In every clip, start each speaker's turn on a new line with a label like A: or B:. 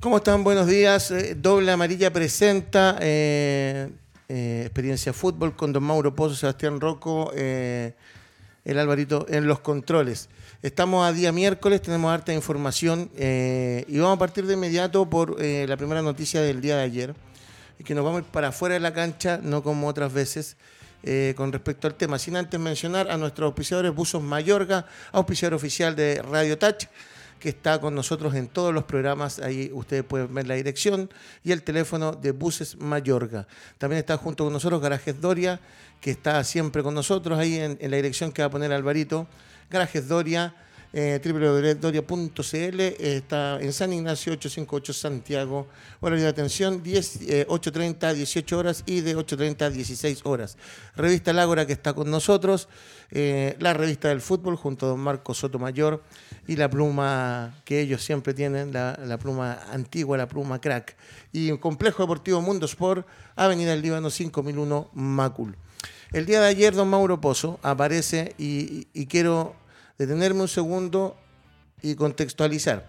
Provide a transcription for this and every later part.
A: ¿Cómo están? Buenos días. Eh, Doble Amarilla presenta eh, eh, Experiencia Fútbol con Don Mauro Pozo, Sebastián Rocco, eh, el Alvarito en los controles. Estamos a día miércoles, tenemos harta información eh, y vamos a partir de inmediato por eh, la primera noticia del día de ayer, que nos vamos a ir para afuera de la cancha, no como otras veces. eh, con respecto al tema, sin antes mencionar a nuestros auspiciadores Buzos Mayorga, auspiciador oficial de Radio Touch, que está con nosotros en todos los programas. Ahí ustedes pueden ver la dirección y el teléfono de Buses Mayorga. También está junto con nosotros Garajes Doria, que está siempre con nosotros ahí en, en la dirección que va a poner Alvarito. Garajes Doria, eh, www.doria.cl, eh, está en San Ignacio 858 Santiago. Horario de atención 10, eh, 8.30 a 18 horas y de 8.30 a 16 horas. Revista Lágora que está con nosotros, eh, la revista del fútbol junto a don Marco Sotomayor y la pluma que ellos siempre tienen, la, la pluma antigua, la pluma crack. Y el Complejo Deportivo Mundo Sport, Avenida del Líbano 5001, Macul. El día de ayer don Mauro Pozo aparece y- y- y quiero detenerme un segundo y contextualizar.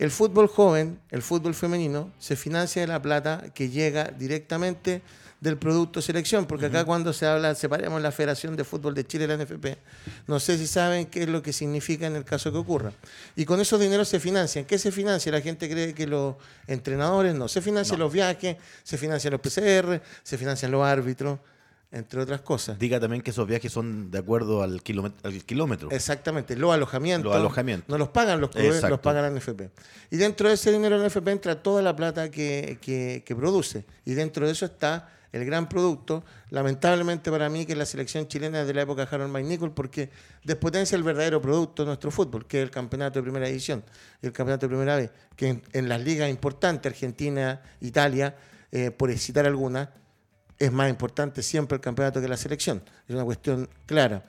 A: El fútbol joven, el fútbol femenino, se financia de la plata que llega directamente del producto selección, porque acá cuando se habla, separemos la Federación de Fútbol de Chile, la NFP, no sé si saben qué es lo que significa en el caso que ocurra. Y con esos dineros se financian. ¿Qué se financia? La gente cree que los entrenadores no. Se financian los viajes, se financian los PCR, se financian los árbitros, entre otras cosas.
B: Diga también que esos viajes son de acuerdo al, kilómet- al kilómetro.
A: Exactamente, los alojamientos.
B: Los alojamientos.
A: No los pagan los clubes,
B: Exacto.
A: los pagan la NFP. Y dentro de ese dinero la NFP entra toda la plata que, que- que produce. Y dentro de eso está el gran producto, lamentablemente para mí, que es la selección chilena de la época de Harold McNichol, porque despotencia el verdadero producto de nuestro fútbol, que es el campeonato de primera división y el campeonato de primera vez, que en, en las ligas importantes, Argentina, Italia, eh, por citar algunas, es más importante siempre el campeonato que la selección. Es una cuestión clara.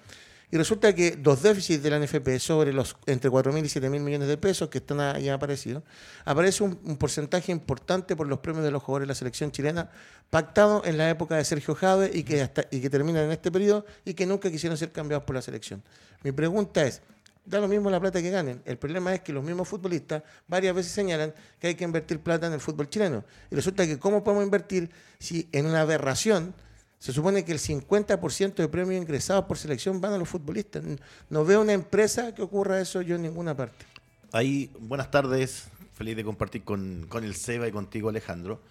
A: Y resulta que los déficits de la NFP sobre los entre 4.000 y 7.000 millones de pesos que están ahí aparecidos, aparece un, un porcentaje importante por los premios de los jugadores de la selección chilena, pactado en la época de Sergio Jade y que, hasta, y que terminan en este periodo y que nunca quisieron ser cambiados por la selección. Mi pregunta es, da lo mismo la plata que ganen. El problema es que los mismos futbolistas varias veces señalan que hay que invertir plata en el fútbol chileno. Y resulta que ¿cómo podemos invertir si en una aberración se supone que el 50% de premios ingresados por selección van a los futbolistas? No veo una empresa que ocurra eso yo en ninguna parte.
B: Ahí, buenas tardes. Feliz de compartir con, con el Seba y contigo, Alejandro.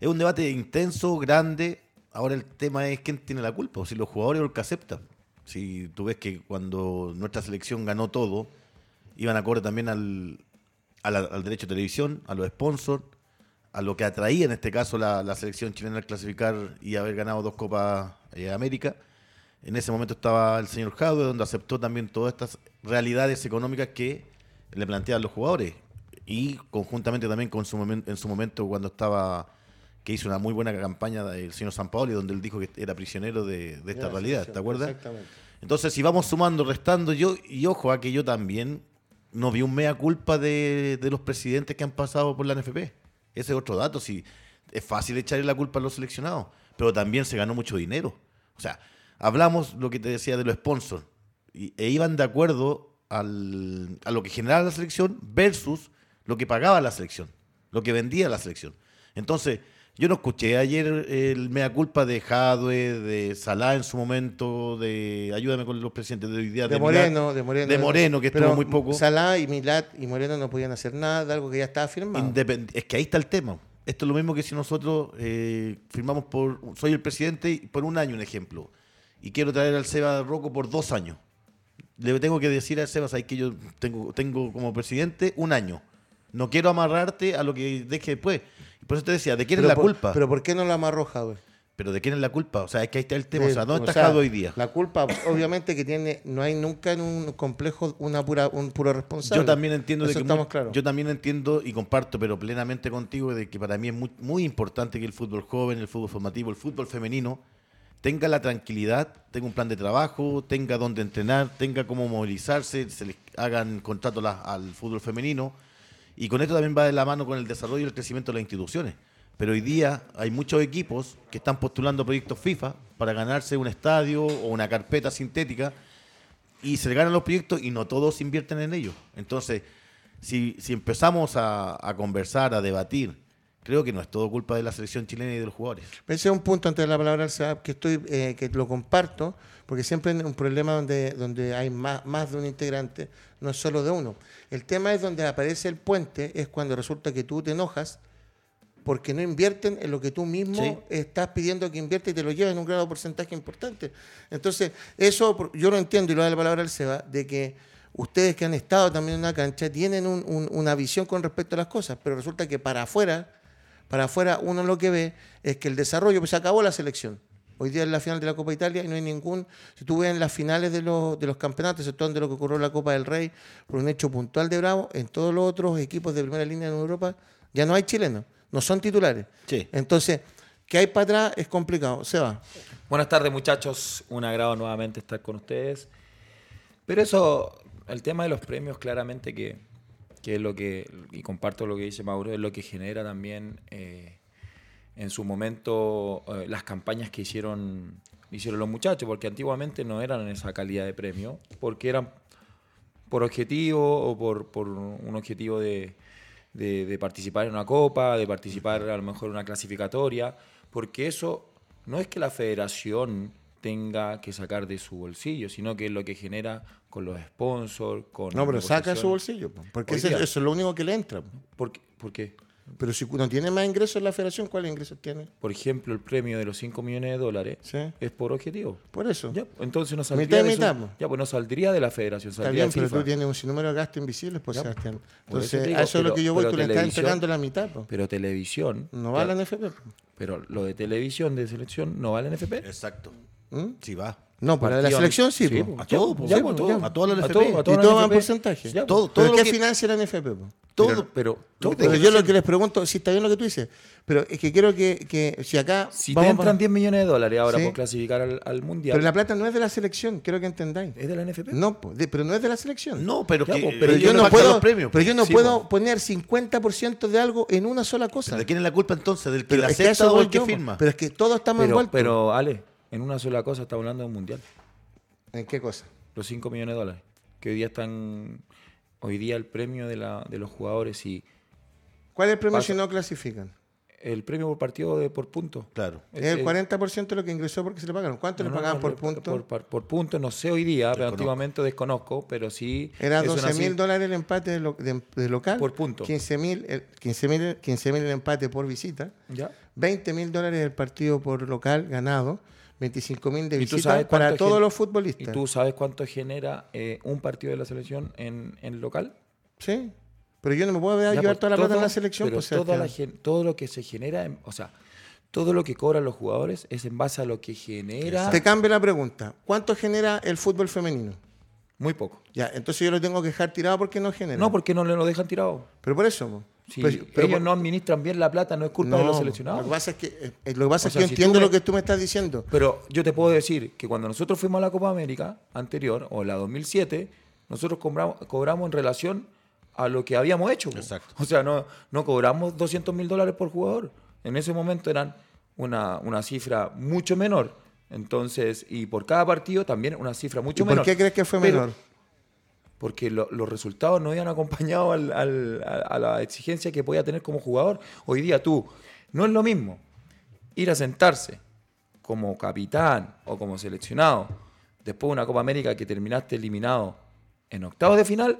B: Es un debate intenso, grande. Ahora el tema es quién tiene la culpa, o si los jugadores o el que acepta. Si tú ves que cuando nuestra selección ganó todo, iban acorde también al, a la- al derecho de televisión, a los sponsors, a lo que atraía en este caso la, la selección chilena al clasificar y haber ganado dos Copas eh, América. En ese momento estaba el señor Jadwe, donde aceptó también todas estas realidades económicas que le planteaban los jugadores. Y conjuntamente también con su momen- en su momento cuando estaba, que hizo una muy buena campaña del señor Sampaoli, donde él dijo que era prisionero de, de esta realidad, ¿te acuerdas?
A: Exactamente.
B: Entonces, si vamos sumando, restando, yo, y ojo a que yo también no vi un mea culpa de, de los presidentes que han pasado por la NFP. Ese es otro dato. Si es fácil echarle la culpa a los seleccionados, pero también se ganó mucho dinero. O sea, hablamos lo que te decía de los sponsors, y- e iban de acuerdo al- a lo que generaba la selección versus lo que pagaba la selección, lo que vendía la selección. Entonces, yo no escuché ayer el mea culpa de Jadwe, de Salah en su momento, de ayúdame con los presidentes de hoy día.
A: De
B: Milán.
A: Moreno, de Moreno.
B: De Moreno, que estuvo
A: Pero
B: muy poco.
A: Salah y Milat y Moreno no podían hacer nada de algo que ya estaba firmado.
B: Independ- es que ahí está el tema. Esto es lo mismo que si nosotros eh, firmamos por. Soy el presidente y por un año, un ejemplo. Y quiero traer al Seba Rocco por dos años. Le tengo que decir al Seba, ahí que yo tengo, tengo como presidente un año. No quiero amarrarte a lo que deje después. Por eso te decía, ¿de quién
A: Pero
B: es la
A: por-
B: culpa? Pero,
A: Pero ¿por qué no lo amarró Jadwe?
B: ¿de quién es la culpa? O sea, es que ahí está el tema. pues, O sea,
A: no
B: ¿dónde está Jado hoy día?
A: La culpa, obviamente, que tiene, no hay nunca en un complejo una pura, un puro responsable.
B: Yo también entiendo de
A: Eso
B: que
A: estamos
B: mu-
A: claros.
B: Yo también entiendo y comparto, pero plenamente contigo, de que para mí es muy, muy importante que el fútbol joven, el fútbol formativo, el fútbol femenino tenga la tranquilidad, tenga un plan de trabajo, tenga dónde entrenar, tenga cómo movilizarse, se les hagan contratos la- al fútbol femenino. Y con esto también va de la mano con el desarrollo y el crecimiento de las instituciones. Pero hoy día hay muchos equipos que están postulando proyectos FIFA para ganarse un estadio o una carpeta sintética y se le ganan los proyectos y no todos invierten en ellos. Entonces, si, si empezamos a, a conversar, a debatir, creo que no es todo culpa de la selección chilena y de los jugadores.
A: Ese es un punto antes de la palabra al Sebab, que estoy eh, que lo comparto, porque siempre es un problema donde, donde hay más, más de un integrante, no es solo de uno. El tema es donde aparece el puente, es cuando resulta que tú te enojas porque no invierten en lo que tú mismo
B: Sí.
A: estás pidiendo que invierta y te lo lleves en un grado de porcentaje importante. Entonces, eso por- yo lo entiendo y lo da la palabra al Seba, de que ustedes que han estado también en una cancha tienen un- un- una visión con respecto a las cosas, pero resulta que para afuera, para afuera uno lo que ve es que el desarrollo, pues se acabó la selección. Hoy día es la final de la Copa de Italia y no hay ningún. Si tú ves en las finales de los, de los campeonatos, excepto de lo que ocurrió en la Copa del Rey, por un hecho puntual de Bravo, en todos los otros equipos de primera línea en Europa ya no hay chilenos, no son titulares.
B: Sí.
A: Entonces, ¿qué hay para atrás? Es complicado. Se va.
C: Buenas tardes, muchachos. Un agrado nuevamente estar con ustedes. Pero eso, el tema de los premios, claramente que, que es lo que, y comparto lo que dice Mauro, es lo que genera también eh, en su momento eh, las campañas que hicieron, hicieron los muchachos, porque antiguamente no eran en esa calidad de premio, porque eran por objetivo o por, por un objetivo de, de- de participar en una copa, de participar a lo mejor en una clasificatoria, porque eso no es que la federación tenga que sacar de su bolsillo, sino que es lo que genera con los sponsors, con...
A: No, pero saca de su
C: negociaciones.
A: bolsillo, po, porque
C: Hoy
A: ese-
C: día.
A: eso es lo único que le entra. po.
C: ¿Por qué? ¿Por qué?
A: Pero si no tiene más ingresos en la federación, ¿cuáles ingresos tiene?
C: Por ejemplo, el premio de los 5 millones de dólares
A: Sí.
C: es por objetivo.
A: Por eso.
C: Ya, entonces no
A: Mitad
C: saldría
A: y
C: de su-
A: mitad, po.
C: ya, pues no saldría de la federación,
A: Está
C: saldría
A: bien,
C: de
A: pero
C: FIFA.
A: tú tienes un sinnúmero de gastos invisibles, pues,
C: Ya,
A: Sebastián.
C: por eso te
A: Entonces,
C: digo,
A: a eso es lo
C: pero-
A: que yo voy,
C: pero
A: tú le estás
C: televisión-
A: entregando la mitad. po.
C: Pero televisión...
A: No
C: ya,
A: va la NFP. po.
C: Pero lo de televisión de selección no vale en FP.
B: Exacto.
A: ¿Mm?
B: Sí, va.
A: No, pero de la
C: Partido-
A: selección sí. po.
C: po.
B: A todo, po.
C: Ya,
B: Sí,
C: po,
B: po,
C: todo.
B: ya, po. A toda la NFP.
C: a
A: Y
C: toda la
A: todo va en
C: NFP.
A: porcentaje.
C: Ya, po.
B: Todo, todo
A: ¿Pero
B: lo
A: qué
B: que-
A: financia la NFP? po?
B: todo-
C: Pero, pero,
B: todo-
A: Pero yo lo que les pregunto, si está bien lo que tú dices, pero es que quiero que, que si acá.
C: si
A: vamos
C: te
A: a
C: entran
A: poner-
C: 10 millones de dólares ahora
A: Sí.
C: por clasificar al, al mundial,
A: Pero la plata no es de la selección, quiero que entendáis.
C: es de la NFP.
A: No, po, de- pero no es de la selección.
B: No, pero,
C: Ya,
B: que-
C: po,
A: pero,
C: pero
A: yo
C: ellos
A: no
B: sacan
A: puedo,
B: los premios.
A: pero yo no
C: Sí,
A: puedo
C: po.
A: poner 50% de algo en una sola cosa.
B: ¿Pero ¿De quién es la culpa entonces? ¿Del que
A: Pero
B: la
A: es que a
B: acepta
A: eso
B: o
A: voy
B: el que
A: yo, po.
B: firma?
A: Pero es que todos estamos
C: pero,
A: envueltos.
C: pero, Ale, en una sola cosa está hablando de un mundial.
A: ¿En qué cosa?
C: Los 5 millones de dólares. Que hoy día están. Hoy día el premio de, la, de los jugadores y.
A: ¿Cuál es el premio
C: Pasa.
A: si no clasifican?
C: El premio por partido de por punto.
B: Claro.
A: Es el 40% de lo que ingresó porque se le pagaron. ¿Cuánto le
C: No, no,
A: pagaban
C: no,
A: por
C: le-
A: punto?
C: Por, par- por punto, no sé hoy día, pero
B: Desconozco.
C: antiguamente desconozco, pero sí.
A: Era
C: es una
A: 12 mil
C: cifra-
A: dólares el empate de, lo- de- de local.
C: Por punto.
A: 15 mil el, 15.000 15.000 el empate por visita.
C: ¿Ya?
A: 20 mil dólares el partido por local ganado. 25 mil de
C: ¿Y tú
A: visita
C: sabes cuánto
A: para todos
C: gen-
A: los
C: ¿Y
A: futbolistas.
C: tú sabes cuánto genera eh, un partido de la selección en, en local?
A: Sí. Pero yo no me puedo
C: Ya,
A: llevar
C: pues,
A: toda la plata
C: todo-
A: en la selección.
C: pero
A: pues,
C: toda la
A: Sebastián.
C: gen- todo lo que se genera, en- o sea, todo lo que cobran los jugadores es en base a lo que genera
A: Te cambio la pregunta. ¿Cuánto genera el fútbol femenino?
C: muy poco.
A: Ya, entonces yo lo tengo que dejar tirado porque no genera.
C: No, porque no le lo dejan tirado.
A: Pero por eso. mo.
C: Si
A: Pero- Pues, pero
C: ellos
A: por-
C: no administran bien la plata, no es culpa de
A: no,
C: los
A: Lo
C: seleccionados.
A: que pasa es que, eh, lo que, pasa
C: O
A: es
C: sea,
A: que yo
C: si tú
A: entiendo
C: me-
A: lo que tú me estás diciendo.
C: Pero yo te puedo decir que cuando nosotros fuimos a la Copa América anterior, o la 2007, nosotros cobramos, cobramos en relación a lo que habíamos hecho. po.
B: Exacto.
C: O sea, no, no cobramos 200 mil dólares por jugador. En ese momento eran una, una cifra mucho menor. Entonces, y por cada partido también una cifra mucho
A: ¿Y
C: menor.
A: por qué crees que fue
C: Pero-
A: menor?
C: porque lo- los resultados no iban acompañados al- al- a, a la exigencia que podía tener como jugador. Hoy día tú, no es lo mismo ir a sentarse como capitán o como seleccionado después de una Copa América que terminaste eliminado en octavos de final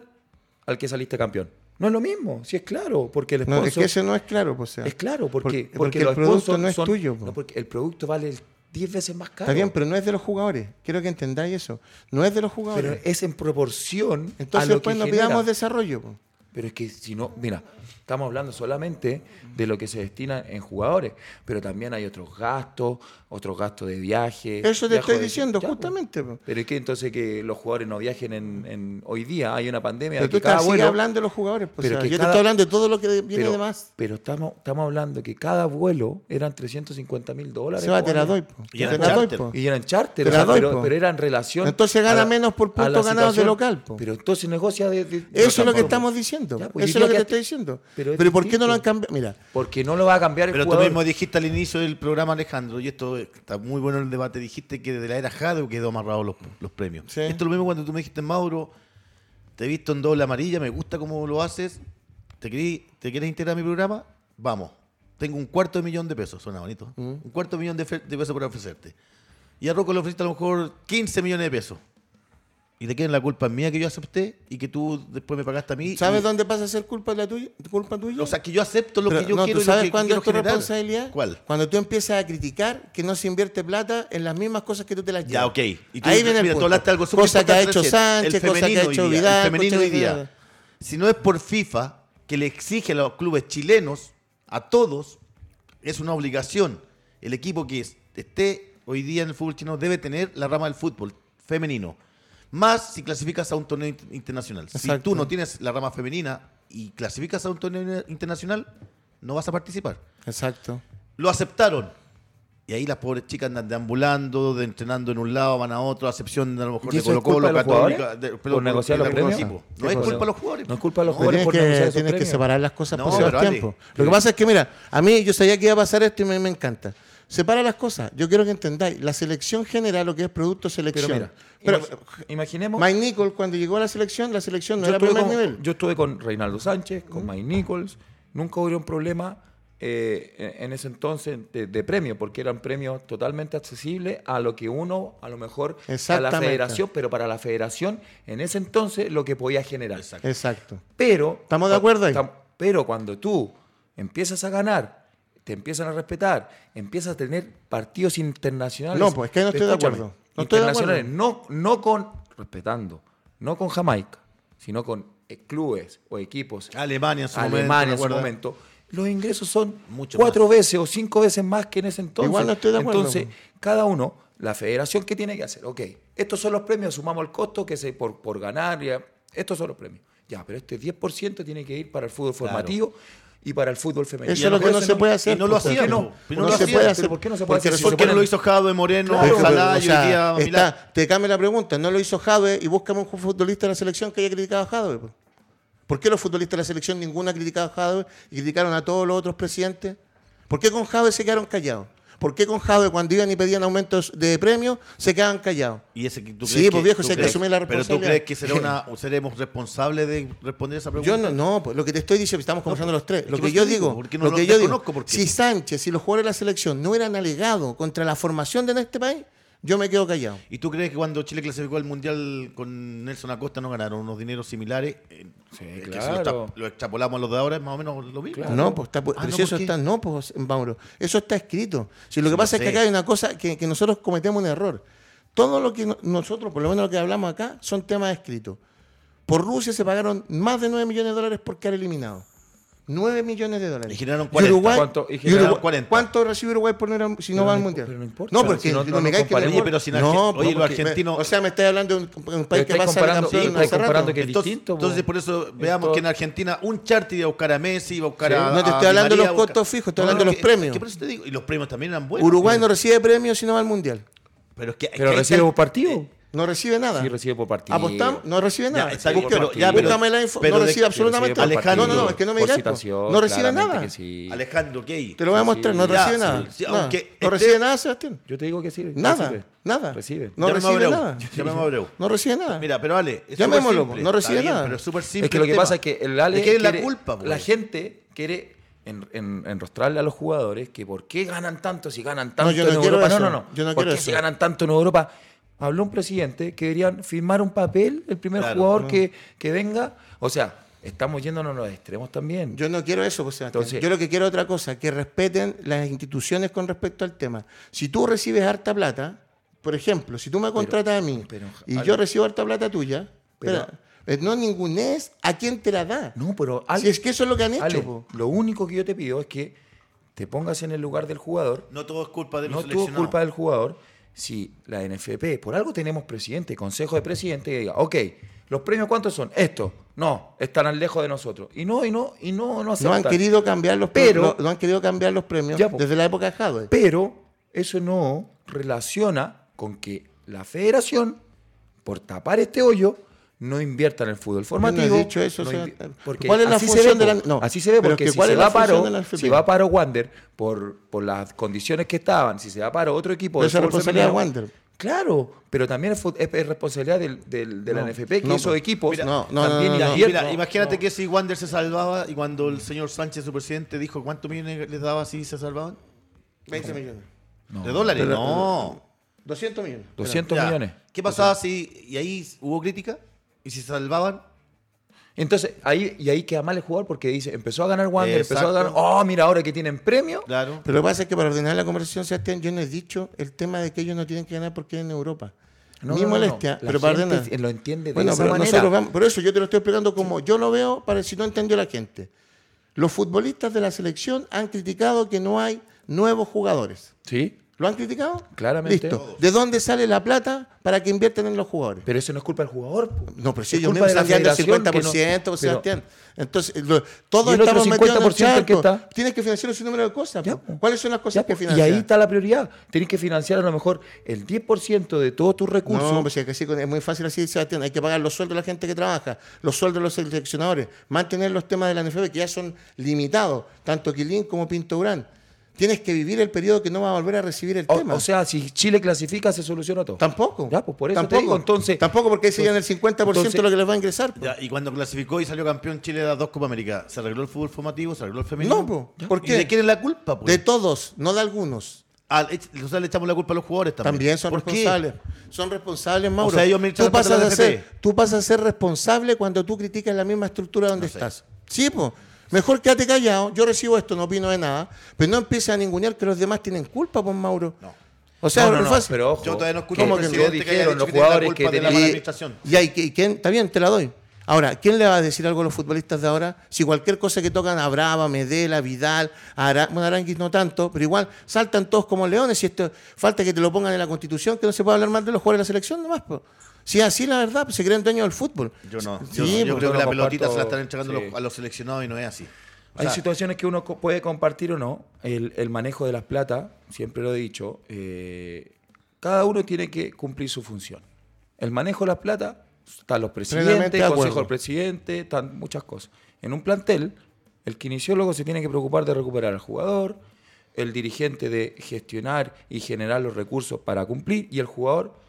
C: al que saliste campeón. No es lo mismo, sí es claro, porque el
A: No, es
C: sponsor-
A: que eso no es claro. pues, o sea,
C: es claro, porque,
A: porque-
C: porque
A: porque el
C: los
A: producto
C: sponsors
A: no es
C: son-
A: tuyo, po.
C: no, porque el producto vale el 10 veces más caro.
A: Está bien, pero no es de los jugadores. Quiero que entendáis eso. No es de los
C: pero
A: jugadores.
C: es en proporción
A: Entonces,
C: a lo
A: pues
C: que
A: no
C: genera.
A: pidamos desarrollo. po.
C: Pero es que si no, mira, estamos hablando solamente de lo que se destina en jugadores, pero también hay otros gastos, otros gastos de viaje.
A: Eso te
C: viajes
A: estoy
C: de-
A: diciendo,
C: Ya, pues.
A: justamente. po.
C: Pero es que entonces que los jugadores no viajen en, en- hoy día, hay una pandemia.
A: Pero
C: que
A: tú
C: cada
A: estás sigues
C: vuelo-
A: hablando de los jugadores. po, o
C: Pero
A: sea,
C: que
A: yo te
C: cada-
A: estoy hablando de todo lo que viene
C: pero,
A: de más.
C: pero estamos, estamos hablando que cada vuelo eran 350 mil dólares.
A: Se va, te la
C: po,
A: doy. po.
B: Y
A: Te
B: eran
A: la doy,
B: charter.
A: po.
C: Y eran charter,
A: Te
C: o sea,
A: la doy, po.
C: pero, pero era en relación.
A: Entonces gana
C: a la-
A: menos por
C: a la
A: puntos ganados de
C: situación.
A: local, po.
C: Pero entonces negocia de. de- de
A: Eso es lo que
C: campo.
A: estamos diciendo.
C: Ya,
A: po.
C: pues,
A: Eso
C: yo
A: es lo que
C: creo
A: te
C: que-
A: estoy diciendo.
C: pero
A: Pero,
C: es
A: ¿por qué no lo han
C: distinto.
A: cambiado? Mira,
C: Porque no lo va a cambiar el
B: Pero tú
C: jugador.
B: mismo dijiste al inicio del programa, Alejandro, y esto está muy bueno el debate, dijiste que desde la era Jadeo quedó amarrado los, los premios.
A: Sí.
B: Esto es lo mismo cuando tú me dijiste, Mauro, te he visto en doble amarilla, me gusta cómo lo haces, ¿te, querí- te quieres integrar a mi programa? Vamos, tengo un cuarto de millón de pesos, suena bonito,
A: Mm.
B: un cuarto de millón de, fe- de pesos para ofrecerte. Y a Rocco le ofreciste a lo mejor 15 millones de pesos. Y te quieren la culpa mía que yo acepté y que tú después me pagaste a mí.
A: ¿Sabes
B: y-
A: dónde pasa a ser culpa, la tuya, culpa tuya?
B: O sea, que yo acepto lo
A: Pero,
B: que yo
A: no,
B: quiero
A: ¿Tú
B: y lo
A: sabes
B: que
A: cuándo
B: quiero
A: es tu
B: generar.
A: responsabilidad?
B: ¿Cuál?
A: Cuando tú empiezas a criticar que no se invierte plata en las mismas cosas que tú te las llevas.
B: Ya, ok. Y tú,
A: Ahí viene el
B: mira, tú
A: punto.
B: hablaste algo súper
A: Cosa que ha
B: importante
A: hecho
B: recién, el
A: Sánchez, cosa que ha
B: femenino
A: hecho
B: hoy día, el
A: Vidal.
B: femenino
A: cosa
B: hoy
A: que-
B: día. Si no es por FIFA, que le exige a los clubes chilenos, a todos, es una obligación. El equipo que es- esté hoy día en el fútbol chino debe tener la rama del fútbol femenino. Más si clasificas a un torneo in- internacional. Si
A: Exacto.
B: tú no tienes la rama femenina y clasificas a un torneo internacional, no vas a participar.
A: Exacto.
B: Lo aceptaron. Y ahí las pobres chicas andan deambulando, de entrenando en un lado, van a otro, a excepción de a lo mejor
C: ¿Y
B: de
C: eso es
B: Colo Colo,
C: culpa de los
B: Católica,
C: jugadores?
B: de-
C: ¿Por
B: de
C: negociar los
B: algún
C: premios?
B: equipo. No es culpa de los jugadores.
C: No es culpa de los
A: Pero
C: jugadores
A: tienes
C: por
A: que,
C: negociar esos
A: tienes que
C: premios.
A: separar las cosas
B: No,
A: por ciertos
B: pero Ale,
A: tiempos. Lo que pasa es que, mira, a mí yo sabía que iba a pasar esto y me, me encanta. Separa las cosas. Yo quiero que entendáis. La selección genera lo que es producto
C: Pero
A: selección.
C: mira,
A: Pero,
C: imag- imaginemos.
A: Mike Nichols, cuando llegó a la selección, la selección no
C: yo,
A: era
C: estuve
A: primer
C: con,
A: nivel.
C: yo estuve con Reinaldo Sánchez, con Mike Nichols. Nunca hubo un problema eh, en ese entonces de, de premio, porque eran premios totalmente accesibles a lo que uno, a lo mejor, a la
A: Exactamente.
C: federación, pero para la federación, en ese entonces, lo que podía generar.
A: Exacto.
C: Pero.
A: ¿Estamos de acuerdo ahí?
C: Tam- Pero cuando tú empiezas a ganar, te empiezan a respetar, empiezas a tener partidos internacionales.
A: No, pues, es que ahí no estoy de
C: Escúchame,
A: acuerdo. No estoy de acuerdo.
C: internacionales, No, no con. Respetando. No con Jamaica, sino con eh, clubes o equipos.
B: Alemania en su
C: Alemania en su
B: momento, ¿me acuerdas?
C: momento. Los ingresos son
B: Mucho
C: cuatro
B: más.
C: veces o cinco veces más que en ese entonces.
A: Igual no estoy de acuerdo.
C: Entonces, cada uno, la federación, ¿qué tiene que hacer? Ok, estos son los premios, sumamos el costo que se por, por ganar, ya, estos son los premios. Ya, pero este 10% tiene que ir para el fútbol
B: Claro.
C: formativo y para el fútbol femenino.
A: Eso
B: Y a
A: es lo
B: lo
A: que
B: mejor
A: no
B: se
A: se
B: no-
A: puede
B: y
A: hacer.
B: no lo
A: pues,
B: hacían,
A: no,
B: pero no
A: no
B: lo
A: se
B: hacían,
A: puede
B: pero
A: hacer.
C: ¿por qué no se puede
A: Porque
C: hacer si
B: ¿Por
A: resulta-
B: qué no lo hizo Jado Moreno,
A: Pero, pero,
B: Ojalá,
A: o
B: y hoy
A: sea,
B: día
A: está-
B: Milán?
A: te cambia la pregunta. ¿No lo hizo Jadwe y búscame un futbolista de la selección que haya criticado a Jadwe? po? ¿Por qué los futbolistas de la selección ninguno ha criticado a Jadwe y criticaron a todos los otros presidentes? ¿Por qué con Jadwe se quedaron callados? ¿Por qué con Jadwe cuando iban y pedían aumentos de premios se quedaban callados?
B: Y ese que tú
A: Sí,
B: crees
A: pues, viejo,
B: tú
A: si hay que
B: crees-
A: asumir la
B: Pero tú
A: responsabilidad.
B: crees que será una, o seremos responsables de responder esa pregunta.
A: Yo no, no, pues, lo que te estoy diciendo, estamos conversando los tres.
B: es
A: Lo
B: que
A: que
B: por
A: yo
B: eso digo,
A: digo,
B: porque no
A: lo
B: lo
A: que yo digo,
B: reconozco, porque-
A: si Sánchez y los jugadores de la selección no hubieran alegado contra la formación de este país, yo me quedo callado.
B: ¿Y tú crees que cuando Chile clasificó al Mundial con Nelson Acosta no ganaron unos dineros similares? Eh,
C: Sí,
B: es que
C: claro.
B: si lo, extra- lo extrapolamos a los de ahora es más o menos lo mismo.
C: Claro.
A: No, pues está, pu-
B: Ah,
A: pero
B: no,
A: si eso
B: ¿por qué?
A: está, no, pues Mauro, eso está escrito. Si lo que
B: Sí,
A: pasa
B: lo
A: es que
B: sé.
A: acá hay una cosa que, que nosotros cometemos un error. Todo lo que no- nosotros, por lo menos lo que hablamos acá, son temas escritos. Por Rusia se pagaron más de 9 millones de dólares por quedar eliminado. 9 millones de dólares.
B: Y generaron 40.
A: Uruguay,
C: ¿Cuánto? Y
A: y
C: generaron
A: Uruguay-
B: 40.
A: ¿Cuánto recibe Uruguay por no ir a- si no va
C: Pero no
A: al
C: impo-
A: mundial?
C: pero no importa.
A: no, porque
C: Si no-
A: no,
C: no
A: me cae
C: nos
A: que
C: comparemos.
B: Oye, pero si en Argen-
A: no,
B: oye,
A: po,
B: los
A: porque-
B: argentinos-
A: O sea, me estás hablando de un, un país que
C: estáis
A: pasa de
C: comparando-
A: campeón
C: sí,
A: hace
C: estáis comparando
A: rato.
C: que- es
B: entonces,
C: distinto, po.
B: entonces por eso veamos
C: Esto-
B: que en Argentina un charter iba a buscar a Messi, iba a buscar
C: Sí.
B: a.
A: No te
B: a
A: estoy
B: Di
A: hablando de los
B: María, busca-
A: costos fijos, estoy hablando de
B: que-
A: los premios.
B: que por eso te digo, y los premios también eran buenos.
A: Uruguay no recibe premios si no va al mundial.
B: Pero, es que, es que
C: Pero
B: ahí
C: recibe
B: está-
C: por partido.
A: No recibe nada.
C: Sí, recibe por partido.
A: ¿Apostamos? No recibe nada.
B: está
A: Busqué-
B: bien, pero- ya, pero-
A: búscame la info.
B: pero
A: no
B: de-
A: recibe
B: pero
A: absolutamente
B: recibe por
A: No,
B: Alejandro,
A: no, no, es que no me digáis. po. No recibe nada.
B: Alejandro, ok.
A: Te lo voy a
C: Sí,
A: mostrar. No
B: ya,
A: recibe
B: sí,
A: nada.
B: sí,
A: Nada.
B: aunque este
A: No
B: esté-
A: recibe nada, Sebastián.
C: Yo te digo que sí.
A: Nada,
C: recibe.
A: nada.
C: Recibe.
A: No
B: Llámame a
A: recibe
B: Abreu.
A: nada.
B: Llámame a Abreu.
A: No recibe nada.
B: Mira, pero Ale, es
A: Llamémoslo,
B: súper simple.
A: no recibe
B: Está bien,
A: nada.
B: Pero es súper simple.
C: Es que lo
B: el
C: que
B: tema.
C: pasa es que el Ale
B: ¿De quién es la
C: quiere-
B: culpa, pues, po?
C: la gente quiere en- en- enrostrarle a los jugadores que por qué ganan tanto si ganan tanto
A: yo no
C: en
A: quiero
C: Europa.
A: eso,
C: No, no, no.
A: yo no
C: ¿Por
A: quiero
C: qué si
A: eso.
C: ganan tanto en Europa? Habló un presidente que deberían firmar un papel el primer
B: Claro,
C: jugador que, que venga. O sea, estamos yéndonos a los extremos también.
A: Yo no quiero eso, pues, Sebastián.
C: Entonces-
A: Yo lo que quiero es otra cosa, que respeten las instituciones con respecto al tema. Si tú recibes harta plata, por ejemplo, si tú me contratas a mí
C: pero,
A: y
C: Ale-
A: yo recibo harta plata tuya,
C: Pero-
A: espera, eh, no ningún es a quién te la da.
C: no, pero Ale,
A: si es que eso es lo que han hecho.
C: Ale,
A: po.
C: lo único que yo te pido es que te pongas en el lugar del jugador
B: No todo es culpa de los
C: no tuvo
B: seleccionados.
C: culpa del jugador si la NFP, por algo tenemos presidente, consejo de presidente, que diga, ok, los premios cuántos son? Estos, no, estarán lejos de nosotros. Y no, y no, y no, no
A: No
C: aceptan.
A: han querido cambiar los
C: Pero-
A: premios. No, no han querido cambiar los premios
C: Ya, po.
A: desde la época de Jadwe.
C: Pero eso no relaciona con que la federación, por tapar este hoyo, no invierta en el fútbol formativo.
A: Yo no he dicho eso,
C: no
A: o sea, eh,
C: invi- porque
A: ¿cuál es la
C: así se
A: función
C: ve,
A: de la-
C: po.
A: no,
C: así se ve,
A: pero
C: porque
A: es que
C: si
A: ¿cuál
C: se
A: es la
C: va
A: función
C: paro,
A: de la FP?
C: si va paro Wander por, por las condiciones que estaban, si se va paro otro equipo
A: Pero
C: del
A: esa es
C: fútbol
A: responsabilidad de
C: femenino,
A: Wander.
C: Claro, pero también es, fu- es- es responsabilidad del, del- de la
A: No,
C: NFP que
A: no, pues,
C: esos equipos
A: mira, no, no,
C: también
A: no, no, no.
C: inviertan.
B: Mira, imagínate que si Wander se salvaba y cuando el señor Sánchez, su presidente, dijo cuántos millones les daba si se salvaban.
A: 20 millones.
C: No.
B: ¿De dólares?
A: Pero-
B: no.
A: 200 millones.
C: 200
B: Ya.
C: millones.
B: ¿Qué pasaba si. Y ahí hubo crítica? ¿Y si se salvaban?
C: Entonces, ahí, y ahí queda mal el jugador porque dice, empezó a ganar Wander, empezó a ganar,
B: Exacto.
C: oh, mira, ahora que tienen premio,
B: Claro.
A: Pero lo que pasa es que para ordenar la conversación, Sebastián, yo no he dicho el tema de que ellos no tienen que ganar porque es en Europa.
C: No,
A: Ni
C: no, no,
A: molestia,
C: no. La
A: pero para
C: gente
A: ordenar.
C: lo entiende de
A: bueno,
C: esa
A: pero
C: manera.
A: nosotros vamos- por eso yo te lo estoy explicando como yo lo veo, para si no entendió la gente. Los futbolistas de la selección han criticado que no hay nuevos jugadores.
C: ¿sí?
A: ¿Lo han criticado?
C: Claramente.
A: Listo.
C: Todos.
A: ¿De dónde sale la plata para que inviertan en los jugadores?
C: Pero eso no es culpa del jugador. po.
A: No, pero si
C: Es
A: ellos
C: culpa
A: mismos
C: de la
A: están dando el
C: federación que no-
A: 50%,
C: pero-
A: Sebastián. Entonces, lo-
C: ¿Y
A: todos
C: el otro
A: estamos metidos en el
C: 50% en qué
A: charco.
C: está?
A: Tienes que financiar ese número de cosas.
C: Ya,
A: po.
C: po.
A: ¿Cuáles son las cosas
C: Ya,
A: que
C: po.
A: financias?
C: Y ahí está la prioridad. Tenés que financiar a lo mejor el 10% de todos tus recursos.
A: No, pues es, que sí, es muy fácil así, Sebastián. Hay que pagar los sueldos de la gente que trabaja, los sueldos de los seleccionadores, mantener los temas de la NFB que ya son limitados, tanto Quilín como Pinto Urán. Tienes que vivir el periodo que no va a volver a recibir el
C: o,
A: tema.
C: o sea, si Chile clasifica, se soluciona todo.
A: tampoco.
C: Ya, pues por eso te
A: tampoco.
C: digo, entonces-
A: tampoco porque ahí serían el 50%
C: entonces-
A: lo que les va a ingresar. po.
B: Ya, y cuando clasificó y salió campeón Chile de las dos Copa América, ¿se arregló el fútbol formativo? ¿Se arregló el femenino?
A: No, po.
B: Ya.
A: ¿Por
B: ¿Y
A: qué?
B: ¿De quién es la culpa? po?
A: De
C: pues.
A: todos, no de algunos.
B: Ah, le ech- o sea, le echamos la culpa a los jugadores también.
A: También son
B: ¿Por qué?
A: responsables. Son responsables, Mauro.
B: sea, ellos
A: tú,
B: administran la plata
A: pasas
B: de
A: a
B: la
A: ser,
B: NFP.
A: tú pasas a ser responsable cuando tú criticas la misma estructura donde
B: No sé.
A: estás. Sí, po. Mejor quédate callado. Yo recibo esto, no opino de nada. Pero no empieces a ningunear que los demás tienen culpa, pues, Mauro.
B: No.
A: O sea,
C: No,
A: es
C: no,
A: muy
C: no,
A: fácil.
C: pero ojo,
B: Yo todavía no escucho
A: ¿Cómo
B: un
A: que
B: presidente
C: no?
B: que haya
C: Dijeron
B: dicho
C: los
B: que tenga
C: jugadores
B: culpa
C: que
B: de
A: Y-
B: la mala
C: tenían-
B: administración.
A: Y, hay, que- y quién, está bien, te la doy. Ahora, ¿quién le va a decir algo a los futbolistas de ahora? Si cualquier cosa que tocan a Brava, Medela, Vidal, Ara, bueno, Aranguis no tanto, pero igual saltan todos como leones. Y esto, falta que te lo pongan en la constitución, que no se puede hablar mal de los jugadores de la selección nomás. po. Si es así, la verdad, pues, se creen dueños del fútbol.
B: Yo no.
A: Sí, pues,
B: yo,
A: po.
B: no. Yo creo
C: yo
B: que
C: no
B: la pelotita
C: comparto-
B: se la están entregando
C: sí.
B: los- a los seleccionados y no es así. O
C: Hay
B: sea,
C: situaciones que uno co- puede compartir o no. El, el manejo de las plata, siempre lo he dicho, eh, cada uno tiene que cumplir su función. El manejo de las plata, están los
A: Plenamente
C: presidentes,
A: de
C: el
A: acuerdo.
C: consejo del presidente, están muchas cosas. En un plantel, el kinesiólogo se tiene que preocupar de recuperar al jugador, el dirigente de gestionar y generar los recursos para cumplir, y el jugador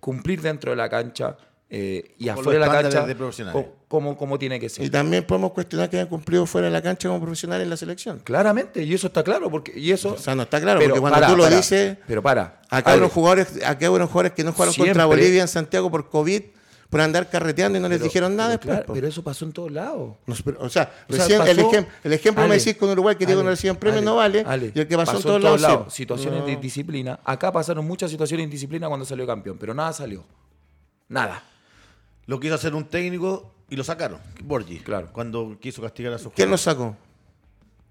C: cumplir dentro de la cancha eh,
B: Con
C: y
B: los
C: afuera de la
B: estándares
C: cancha
B: de profesionales.
C: co- como, como tiene que ser.
A: Y también podemos cuestionar que hayan cumplido fuera de la cancha como profesional en la selección.
C: Claramente, y eso está claro, porque y eso.
A: O sea, no está claro, porque cuando tú lo dices-
C: Pero para.
A: Acá
C: abre.
A: hubo jugadores, acá hubo jugadores que no jugaron contra
C: Siempre.
A: Bolivia en Santiago por COVID, por andar carreteando y no les
C: Pero-
A: dijeron nada
C: pero
A: después.
C: claro,
A: po.
C: pero eso pasó en todos lados.
A: No, pero, o sea,
C: O sea,
A: recién el,
C: pasó-
A: ejem- el ejemplo me
C: Ale,
A: decís con Uruguay que digo
C: Ale,
A: no reciben premios
C: Ale,
A: no vale.
C: Ale,
A: y el que pasó, en todos lados. sí.
C: Situaciones de
A: No.
C: disciplina. Acá pasaron muchas situaciones de indisciplina cuando salió campeón, pero nada salió. Nada.
B: lo quiso hacer un técnico y lo sacaron. Borgi.
C: Claro.
B: Cuando quiso castigar a sus
A: ¿Quién lo
B: jugadores.
A: sacó?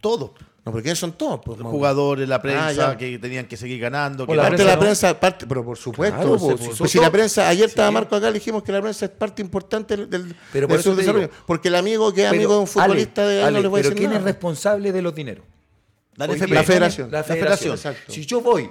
B: Todos.
A: No, porque ellos son todos. pues,
B: Los
A: Mauro.
B: jugadores, la
A: Ah,
B: prensa,
A: ya.
B: que tenían que seguir ganando.
C: O
B: Que
C: la
B: la
A: Parte de la
C: prensa,
A: prensa, parte, pero por supuesto.
C: Claro,
A: pues,
C: pues, si
A: pues,
C: son
A: si la
C: todos.
A: prensa, ayer estaba
C: Sí.
A: Marco acá, le dijimos que la prensa es parte importante del, del,
C: Pero por
A: del
C: eso te
A: subdesarrollo.
C: digo.
A: Porque el amigo que es
C: Pero,
A: amigo de un futbolista
C: Ale,
A: de él no
C: Ale,
A: le voy a
C: Pero
A: decir
C: ¿quién es
A: nada.
C: responsable de los dineros?
B: La
C: Hoy
B: NFP.
C: día-
A: La federación.
C: La
A: La
C: federación.
A: federación, exacto.
C: Si yo voy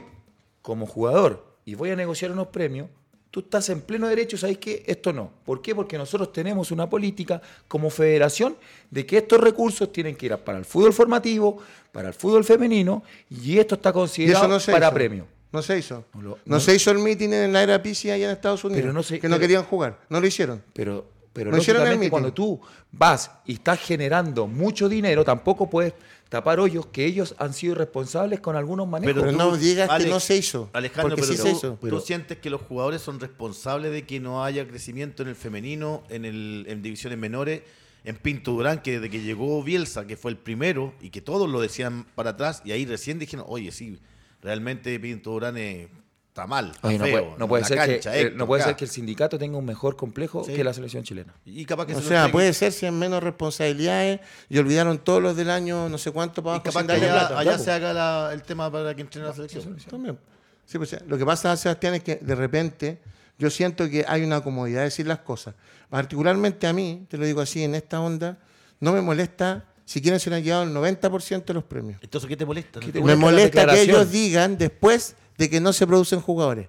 C: como jugador y voy a negociar unos premios, tú estás en pleno derecho, ¿sabes qué? Esto no. ¿Por qué? Porque nosotros tenemos una política como federación de que estos recursos tienen que ir a- para el fútbol formativo, para el fútbol femenino, y esto está
A: Y eso
C: considerado
A: no se
C: para
A: hizo.
C: premio.
A: No se hizo.
C: No lo-
A: No,
C: no-
A: se hizo el meeting en la era Pisi allá en Estados Unidos.
C: Pero no se-
A: que no
C: pero-
A: querían jugar. No lo hicieron.
C: Pero, pero
A: No hicieron el
C: lógicamente, cuando
A: meeting.
C: tú vas y estás generando mucho dinero, tampoco puedes tapar hoyos que ellos han sido irresponsables con algunos manejos.
A: Pero no digas que
B: Alex-
A: no se hizo,
B: Alejandro,
A: porque
B: pero,
A: sí
B: tú,
A: se hizo.
B: tú
A: Pero-
B: sientes que los jugadores son responsables de que no haya crecimiento en el femenino, en, el, en divisiones menores, en Pinto Durán, que desde que llegó Bielsa, que fue el primero, y que todos lo decían para atrás, y ahí recién dijeron, oye, sí, realmente Pinto Durán eh, está mal, está
C: Oye, no,
B: feo,
C: puede, no puede
B: la
C: ser
B: cancha,
C: que, eh,
B: esto,
C: no puede ser
B: acá".
C: que el sindicato tenga un mejor complejo
B: Sí.
C: que la selección chilena.
B: Y capaz que
A: O
B: se lo
A: sea,
B: entreguen.
A: puede ser si hay menos responsabilidades y olvidaron todos los del año no sé cuánto para
B: Y
A: abajo
B: capaz
A: sin
B: que
A: darle
B: allá,
A: plata.
B: allá
A: Claro.
B: se haga la- el tema para que entrene la selección.
A: También. Sí, pues, lo que pasa, Sebastián, es que de repente yo siento que hay una comodidad de decir las cosas. Particularmente a mí, te lo digo así, en esta onda, no me molesta si quieren se le han llevado el 90% de los premios.
B: Entonces, ¿qué te molesta?
C: ¿Qué te
A: Me
C: molesta
A: molesta
C: la
A: que
C: declaración?
A: ellos digan después de que no se producen jugadores.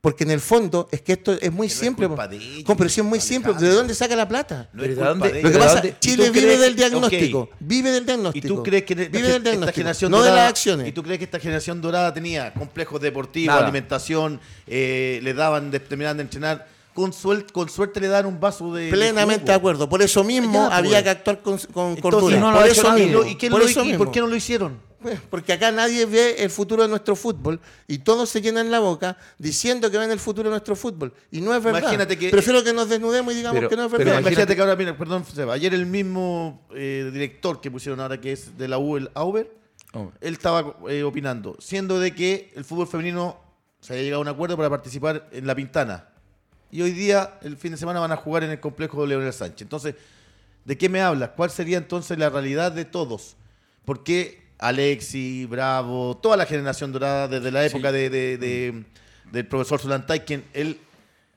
A: Porque en el fondo es que esto es muy
B: Pero es
A: simple.
B: culpa
A: po.
B: de ellos,
A: Con- pero sí es muy
B: Alejandro.
A: simple. ¿De dónde saca la plata?
B: No es
C: Pero ¿de
B: culpa
C: dónde-
B: de
A: Lo que
C: ¿Pero
B: ellos.
A: pasa,
C: dónde- y tú
A: Chile vive
C: crees-
A: del diagnóstico.
B: ok.
A: Vive del
B: ¿Y
A: diagnóstico.
B: tú crees que esta,
A: vive del
B: esta
A: diagnóstico,
B: generación
A: no de
B: dorada-
A: las acciones.
B: ¿Y tú crees que esta generación dorada tenía complejos deportivos,
C: Nada.
B: alimentación, eh, le daban, de- terminaban de entrenar? Con, suel- con suerte le dan un vaso de. de
A: Plenamente
B: jugo.
A: de acuerdo. Por eso mismo
B: Ya, pues.
A: había que actuar con, con
B: Entonces,
A: cordura.
C: no lo
A: por
C: ha hecho
A: eso
B: ¿Y,
C: nadie.
A: mismo.
B: lo- y quién
A: por
B: lo-
A: eso
B: y
A: mismo.
B: por qué no lo hicieron?
A: Pues, Porque acá nadie ve el futuro de nuestro fútbol y todos se llenan la boca diciendo que ven el futuro de nuestro fútbol. Y no es verdad.
B: Imagínate que-
A: Prefiero que nos desnudemos y digamos
C: Pero-
A: que no es
C: pero
A: verdad.
B: Mira, imagínate
C: imagínate-
B: que ahora, mira, perdón, Seba, ayer el mismo eh, director que pusieron ahora que es de la U, el Auber,
C: Oh.
B: él estaba eh, opinando, siendo de que el fútbol femenino se había llegado a un acuerdo para participar en La Pintana. Y hoy día, el fin de semana, van a jugar en el complejo de Leonel Sánchez. Entonces, ¿de qué me hablas? ¿Cuál sería entonces la realidad de todos? ¿Por qué Alexi, Bravo, toda la generación dorada desde la época de, de- de- del profesor Solantay, quien él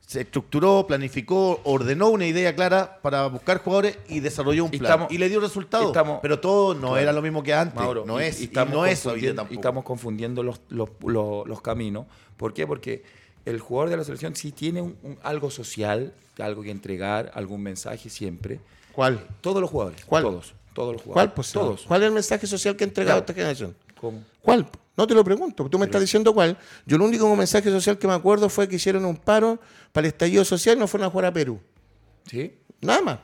B: se estructuró, planificó, ordenó una idea clara para buscar jugadores y desarrolló un
C: Y
B: plan. Y,
C: estamos-
B: le dio resultados.
C: estamos-
B: pero todo no
C: Claro.
B: era lo mismo que antes.
C: Mauro,
B: este, no
C: y-
B: es.
C: y
B: Y,
C: estamos
B: no es hoy día
C: confundiendo-
B: tampoco.
C: y estamos confundiendo los, los, los- los caminos. ¿Por qué? Porque el jugador de la selección sí tiene un- un- algo social, algo que entregar, algún mensaje siempre.
A: ¿Cuál?
C: Todos los jugadores.
A: ¿Cuál?
C: Todos. Todos los jugadores.
A: ¿Cuál, pues,
C: todos.
A: ¿Cuál es el mensaje social que ha entregado
C: Claro.
A: esta generación?
C: ¿Cómo?
A: ¿Cuál? No te lo pregunto, tú me estás diciendo cuál. Yo el único mensaje social que me acuerdo fue que hicieron un paro para el estallido social y no fueron a jugar a Perú.
C: ¿Sí?
A: Nada más.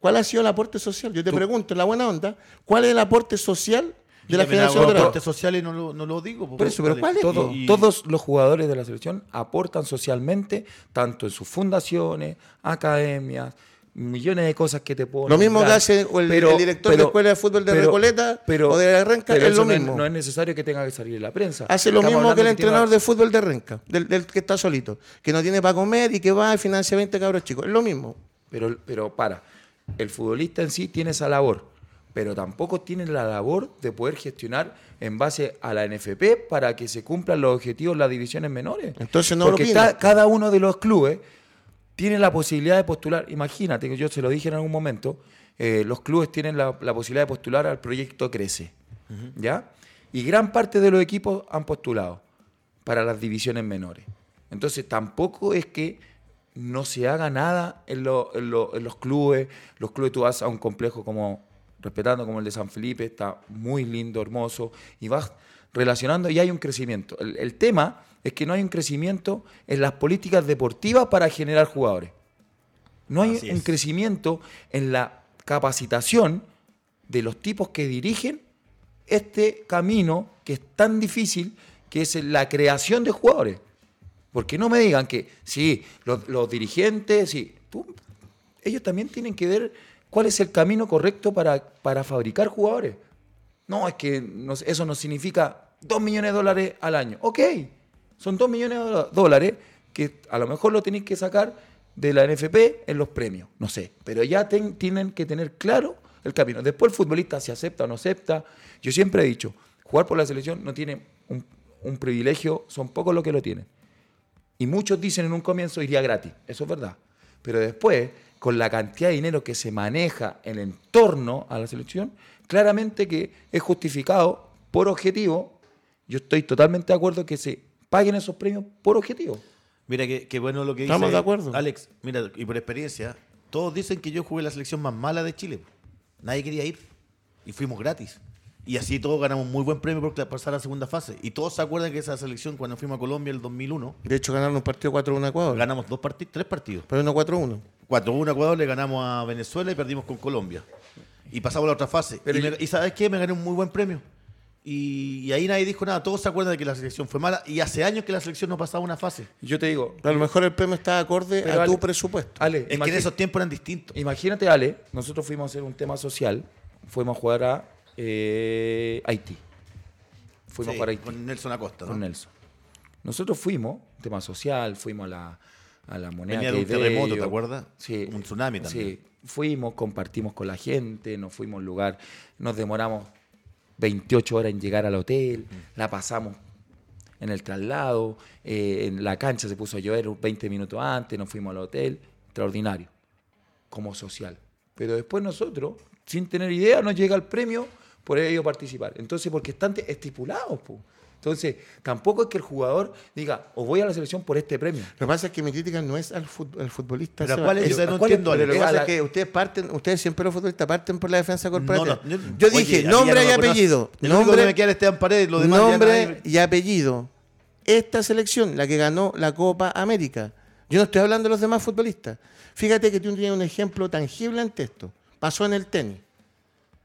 A: ¿Cuál ha sido el aporte social? Yo te pregunto, en la buena onda, ¿cuál es el aporte social de la
B: Ya me hago
A: generación dorada?
B: aportes sociales no lo, no lo digo. po.
A: Por eso, pero
B: Dale.
A: ¿cuál es?
C: Todo-
B: Y-
C: Todos los jugadores de la selección aportan socialmente, tanto en sus fundaciones, academias, millones de cosas que te puedo
A: Lo mismo que
C: nombrar.
A: hace el- el director de escuela de fútbol de Recoleta o de Renca,
C: pero
A: es lo
C: eso no
A: mismo.
C: No es necesario que tenga que salir en la prensa.
A: Hace lo mismo
C: Estamos
A: que
C: hablando
A: el
C: tiene
A: entrenador
C: una-
A: de fútbol de Renca, del, del que está solito, que no tiene para comer y que va y financia 20 cabros chicos. Es lo mismo.
C: Pero, pero para, el futbolista en sí tiene esa labor, pero tampoco tiene la labor de poder gestionar en base a la NFP para que se cumplan los objetivos de las divisiones menores.
A: Entonces no
C: Porque
A: lo opino.
C: ca- cada uno de los clubes tiene la posibilidad de postular, imagínate, que yo se lo dije en algún momento, eh, los clubes tienen la, la posibilidad de postular al proyecto Crece, ¿ya? Y gran parte de los equipos han postulado para las divisiones menores. Entonces tampoco es que no se haga nada en, lo- en lo- en los clubes. Los clubes tú vas a un complejo como, respetando como el de San Felipe, está muy lindo, hermoso, y vas relacionando y hay un crecimiento. El, el tema es que no hay un crecimiento en las políticas deportivas para generar jugadores. No hay
B: Así
C: un
B: es.
C: crecimiento en la capacitación de los tipos que dirigen este camino que es tan difícil, que es la creación de jugadores. Porque no me digan que, sí, los, los dirigentes, sí, tú- ellos también tienen que ver cuál es el camino correcto para, para fabricar jugadores. No, es que no sé, eso nos significa 2 millones de dólares al año. Ok, son 2 millones de dola- dólares que a lo mejor lo tenéis que sacar de la NFP en los premios, no sé. Pero ya ten- tienen que tener claro el camino. Después el futbolista se acepta o no acepta. Yo siempre he dicho, jugar por la selección no tiene un, un privilegio, son pocos los que lo tienen. Y muchos dicen en un comienzo iría gratis, eso es verdad. Pero después, con la cantidad de dinero que se maneja en el entorno a la selección, claramente que es justificado por objetivo. Yo estoy totalmente de acuerdo que se paguen esos premios por objetivo.
B: Mira, qué, qué bueno lo que dice
A: Estamos de acuerdo.
B: Alex. Mira, y por experiencia, todos dicen que yo jugué la selección más mala de Chile. Nadie quería ir. Y fuimos gratis. Y así todos ganamos muy buen premio por cla- pasar a la segunda fase. Y todos se acuerdan que esa selección, cuando fuimos a Colombia el 2001,
A: De hecho, ganaron un partido 4-1 a Ecuador,
B: ganamos dos partid- tres partidos.
A: pero no 4-1.
B: 4-1 a Ecuador, le ganamos a Venezuela y perdimos con Colombia. Y pasamos a la otra fase.
C: Pero
B: y,
C: yo-
B: me- y ¿sabes qué? Me gané un muy buen premio. Y, y ahí nadie dijo nada. Todos se acuerdan de que la selección fue mala. Y hace años que la selección no pasaba una fase.
C: Yo te digo,
A: A lo mejor el premio está acorde
C: Pero
A: a tu
C: Ale-
A: presupuesto.
C: Ale,
B: Es que en
C: imagina-
B: esos tiempos eran distintos.
C: imagínate, Ale, nosotros fuimos a hacer un tema social, fuimos a jugar a eh, Haití. Fuimos
B: Sí,
C: a jugar a Haití.
B: Con Nelson Acosta. ¿no?
C: con Nelson. Nosotros fuimos, tema social, fuimos a la, a la moneda.
B: Venía
C: que
B: de un
C: es de
B: terremoto, ¿te
C: ellos.
B: acuerdas?
C: Sí.
B: Un tsunami también.
C: Sí, fuimos, compartimos con la gente, nos fuimos a un lugar, nos demoramos 28 horas en llegar al hotel,
B: Mm.
C: la pasamos en el traslado, eh, en la cancha se puso a llover 20 minutos antes, nos fuimos al hotel, extraordinario, como social. Pero después nosotros, sin tener idea, nos llega el premio por ello participar. Entonces, porque están te- estipulados, po. Entonces, tampoco es que el jugador diga, o voy a la selección por este premio.
A: Lo que pasa es que mi crítica no es al, fut- al futbolista.
B: Pero
A: Seba,
B: ¿cuál es?
A: es-
B: Yo no
C: ¿cuál es?
B: entiendo.
A: Pero lo que
C: Es a
A: pasa
C: la-
A: es que ustedes parten, ustedes siempre los futbolistas parten por la defensa corporativa.
B: No, no,
A: yo
B: oye,
A: dije
B: a mí ya
A: nombre
B: no
A: y
B: me conoce.
A: apellido.
B: El único que me
A: nombre
B: queda es Esteban Paredes, lo demás ya
A: nombre
B: nadie-
A: y apellido. Esta selección, la que ganó la Copa América. Yo no estoy hablando de los demás futbolistas. Fíjate que tú tienes un ejemplo tangible ante esto. Pasó en el tenis.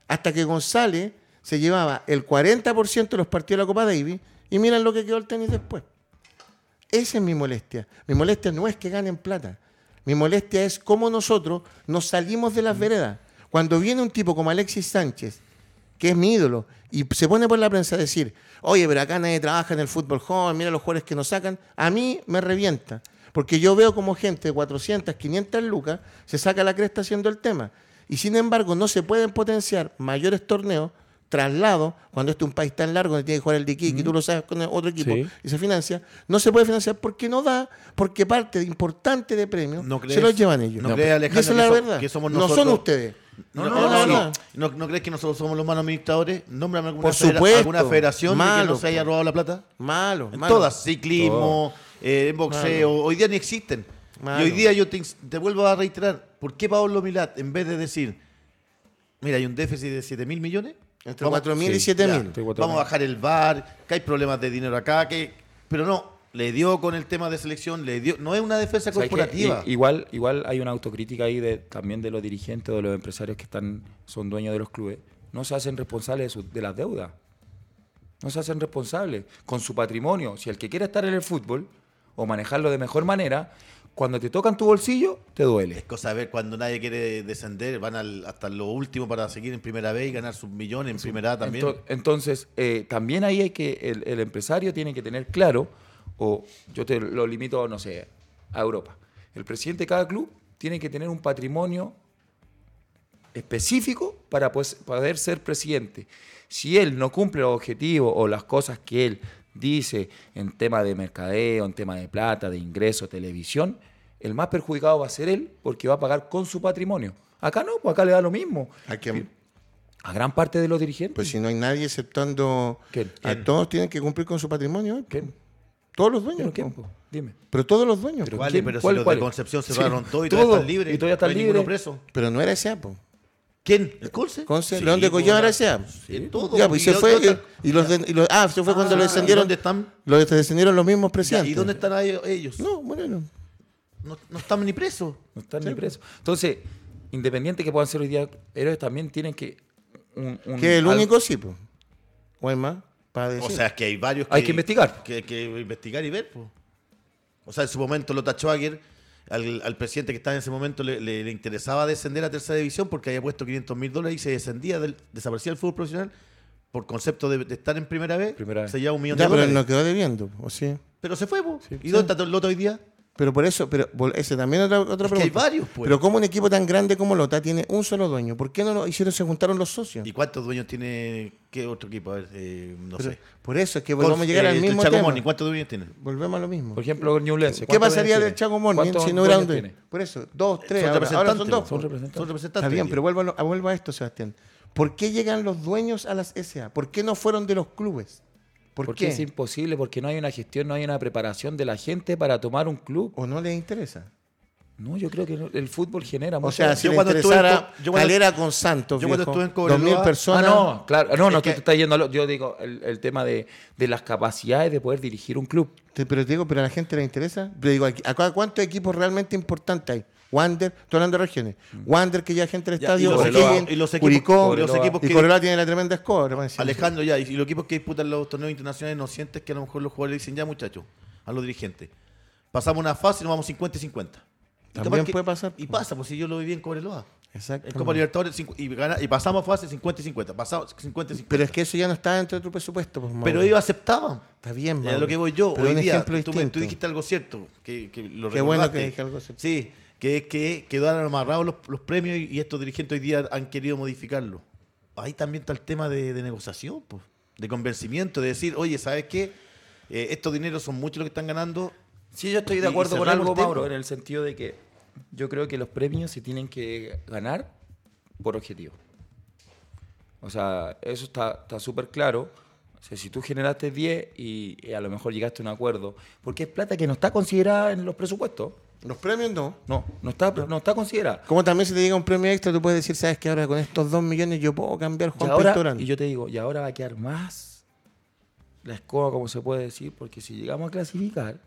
A: Hasta que González se llevaba el 40% de los partidos de la Copa Davis y miran lo que quedó el tenis después. Esa es mi molestia. Mi molestia no es que ganen plata. Mi molestia es cómo nosotros nos salimos de las veredas. Cuando viene un tipo como Alexis Sánchez, que es mi ídolo, y se pone por la prensa a decir, oye, pero acá nadie trabaja en el fútbol joven, mira los jugadores que nos sacan, a mí me revienta. Porque yo veo como gente de 400, 500 lucas se saca la cresta haciendo el tema. Y sin embargo, no se pueden potenciar mayores torneos, traslados, cuando este es un país tan largo donde tiene que jugar el de Iquique, y tú lo sabes con el otro equipo,
C: Sí.
A: y se financia, no se puede financiar porque no da, porque parte de- importante de premios
B: ¿No
A: se
B: crees-
A: los llevan ellos.
B: no crees,
A: Y
B: Alejandro,
A: esa es la
B: que so-
A: verdad.
B: que somos
A: No son
B: nosotros?
A: ustedes.
B: No,
A: Es
B: no,
A: la
B: no, no,
A: verdad.
B: no. ¿No crees que nosotros somos los malos administradores? Nómbrame alguna,
A: Por
B: federa-
A: supuesto.
B: alguna federación de que
A: Malo,
B: no se haya
A: po.
B: robado la plata.
A: Malo,
B: En
A: malo.
B: todas, ciclismo, eh, en boxeo, hoy día ni existen.
A: Malo.
B: Y hoy día yo te, ins- te vuelvo a reiterar, ¿por qué Pablo Milat, en vez de decir, mira, hay un déficit de 7 mil millones?
A: Entre
B: vamos-
A: 4.000 y
B: Sí,
A: 7.000.
B: ya, Vamos a bajar el bar, que hay problemas de dinero acá, que pero no, le dio con el tema de selección, le dio, no es una defensa
C: ¿Sabes qué?
B: corporativa.
C: I- igual, igual hay una autocrítica ahí de, también de los dirigentes, de los empresarios que están, son dueños de los clubes. No se hacen responsables de, sus- de las deudas. No se hacen responsables con su patrimonio. Si el que quiere estar en el fútbol o manejarlo de mejor manera, cuando te tocan tu bolsillo, te duele.
B: Es cosa de ver cuando nadie quiere descender, van al- hasta lo último para seguir en primera B y ganar sus millones en primera A también.
C: Ento- entonces, eh, también ahí hay que el, el empresario tiene que tener claro, o yo te lo limito, no sé, a Europa. El presidente de cada club tiene que tener un patrimonio específico para pues- poder ser presidente. Si él no cumple los objetivos o las cosas que él dice en tema de mercadeo, en tema de plata, de ingreso, televisión, el más perjudicado va a ser él porque va a pagar con su patrimonio. Acá no, pues acá le da lo mismo.
A: ¿A quién?
C: A gran parte de los dirigentes.
A: Pues si no hay nadie aceptando
C: ¿Quién?
A: a todos tienen que cumplir con su patrimonio. ¿eh?
C: ¿Quién?
A: Todos los
C: ¿Pero
A: dueños.
C: quién,
A: po.
C: po? Dime.
A: Pero todos los dueños.
C: Pero
A: po.
B: Vale,
C: ¿quién?
B: pero si
C: ¿Cuál,
B: los
C: cuál?
B: de Concepción
C: Sí,
B: cerraron todo y
C: todo,
B: todavía están libres.
C: y todavía están
B: no hay ninguno
C: libres.
B: preso.
A: Pero no era ese po.
B: ¿Quién? ¿El Colce?
A: Conce,
B: Sí,
A: León de Collado
B: pues,
A: era ese
B: sí, todo.
A: Ya, pues y se
B: los-
A: fue.
B: ¿dónde
A: eh, Y los, de- y los- ah, se fue cuando
B: Ah,
A: lo descendieron.
B: ¿dónde están?
A: Lo descendieron los mismos
B: están?
A: presidentes.
B: ¿Y dónde están ahí ellos? No,
A: No, bueno.
B: no están ni presos.
C: No están ni presos. Entonces, independiente que puedan ser hoy día héroes, también tienen que. un- un-
A: Que el
C: al-
A: único sí, po. O hay más. Para decir.
B: O sea, es que hay varios
C: Hay que investigar.
B: Que, que investigar y ver. po. O sea, en su momento lo tachó Aguirre, Al, al presidente que estaba en ese momento le, le- le interesaba descender a tercera división porque había puesto 500 mil dólares y se descendía, del- desaparecía el fútbol profesional por concepto de, de estar en primera vez.
C: Primera vez.
B: Se lleva un millón
A: ya,
B: de
A: pero
B: dólares.
A: él no quedó debiendo, ¿o sí?
B: Pero se fue, po. ¿Y
A: sí.
B: dónde está el Loto hoy día?
A: Pero por eso, pero vol- ese también otra, otra
B: Es que
A: pregunta.
B: hay varios, pues.
A: Pero como un equipo tan grande como Lota tiene un solo dueño, ¿por qué no lo hicieron, se juntaron los socios?
B: ¿Y cuántos dueños tiene qué otro equipo? A ver, eh, no
A: Pero-
B: sé.
A: por eso es que volvemos a llegar
B: Eh,
A: al
B: el
A: mismo
B: Chaco
A: tema.
B: Moni, ¿cuántos dueños tiene?
A: Volvemos a lo mismo.
C: Por ejemplo, Newlense.
A: ¿Qué
C: ¿cuántos
A: pasaría
C: dueños
A: del
C: tiene?
A: Chaco Morning
C: ¿Cuántos
A: si no hubiera un
C: dueños
A: dueño?
C: tiene?
A: Por eso, dos, tres. Ahora,
B: Son
A: ahora son
B: representantes,
A: dos.
B: son
A: po.
C: representantes.
B: Son representantes.
A: Está bien,
B: tío.
A: pero vuelvo a, lo- vuelvo a esto, Sebastián. ¿Por qué llegan los dueños a las SA? ¿Por qué no fueron de los clubes? ¿Por
C: Porque
A: qué?
C: es imposible, porque no hay una gestión, no hay una preparación de la gente para tomar un club.
A: ¿O no les interesa?
C: No, yo creo que no- el fútbol genera
A: O sea,
C: mucho-
A: si
B: Yo
A: le
B: cuando estuve
A: interesara
B: en Co- yo cuando-
A: Calera con Santos,
B: yo cuando
A: viejo,
B: estuve en Cobreloa-
A: 2.000
C: Ah,
A: personas.
C: no, claro. Ah, No, no,
B: Es
C: tú
B: que-
C: te estás yendo a lo- Yo digo, el, el tema de, de las capacidades de poder dirigir un club.
A: Te- pero te digo, pero a la gente le interesa. Pero digo, aquí- acá cuántos equipos realmente importantes hay? Wander, estoy hablando de regiones. Wander que lleva gente al
B: Ya,
A: estadio,
B: y los
A: O'Higgins,
B: equipos- y los equipos-
A: Curicó,
B: y los equipos
A: y
B: que-
A: Cobreloa tiene la tremenda escoba. hermano, encima.
B: Alejandro, ya, y los equipos que disputan los torneos internacionales no sientes que a lo mejor los jugadores dicen ya, muchachos, a los dirigentes. Pasamos una fase y nos vamos 50 y 50. Y
A: También
B: capaz que-
A: puede pasar.
B: Y pasa, pues si yo lo viví en Cobreloa.
A: Exacto.
B: En Copa Libertadores cincu- y, gana- y pasamos fase 50 y 50. Pasamos 50 y 50.
A: Pero es que eso ya no está dentro de tu presupuesto. Pues, Mauro.
B: Pero ellos aceptaban.
A: Está bien,
B: Es
A: Mauro.
B: lo que voy yo.
A: Pero
B: Hoy
A: un
B: día,
A: ejemplo
B: tú, me- tú
A: distinto.
B: dijiste algo cierto. Que, que lo
A: Qué bueno que
B: recordaste.
A: dije algo cierto.
B: Sí, que es que quedaron amarrados los, los premios y, y estos dirigentes hoy día han querido modificarlo. Ahí también está el tema de, de negociación, pues, de convencimiento, de decir, oye, ¿sabes qué? Eh, estos dineros son muchos los que están ganando.
C: Sí, yo
B: Y-
C: estoy
B: y
C: de acuerdo con
B: cerramos
C: algo,
B: el tema.
C: Mauro, en el sentido de que yo creo que los premios se tienen que ganar por objetivo. O sea, eso está está súper claro. O sea, si tú generaste 10 y, y a lo mejor llegaste a un acuerdo, porque es plata que no está considerada en los presupuestos.
A: Los premios no.
C: No, no está, no está considerada.
A: Como también si te llega un premio extra, tú puedes decir, sabes que ahora con estos dos millones yo puedo cambiar
C: Y,
A: Juan
C: ahora,
A: Pintorán.
C: y yo te digo, y ahora va a quedar más la escoba, como se puede decir, porque si llegamos a clasificar,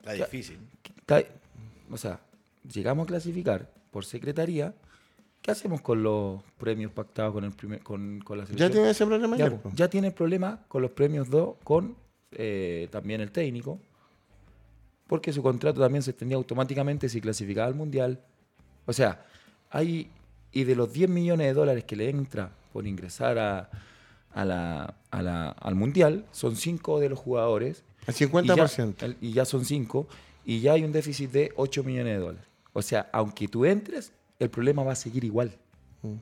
B: Está difícil.
C: Está- o sea, llegamos a clasificar por secretaría, ¿qué hacemos con los premios pactados con, el primer, con, con la
A: ya
C: selección?
A: tiene ese problema
C: Ya,
A: ya, pues,
C: po,
A: po.
C: ya tiene el problema con los premios 2, con eh, también el técnico, porque su contrato también se extendía automáticamente si clasificaba al Mundial. O sea, hay, y de los 10 millones de dólares que le entra por ingresar a, a la- a la- al Mundial, son 5 de los jugadores
A: Al
C: y
A: 50%.
C: ya, el- y ya son 5. Y ya hay un déficit de 8 millones de dólares. O sea, aunque tú entres, el problema va a seguir igual. Te
A: Mm.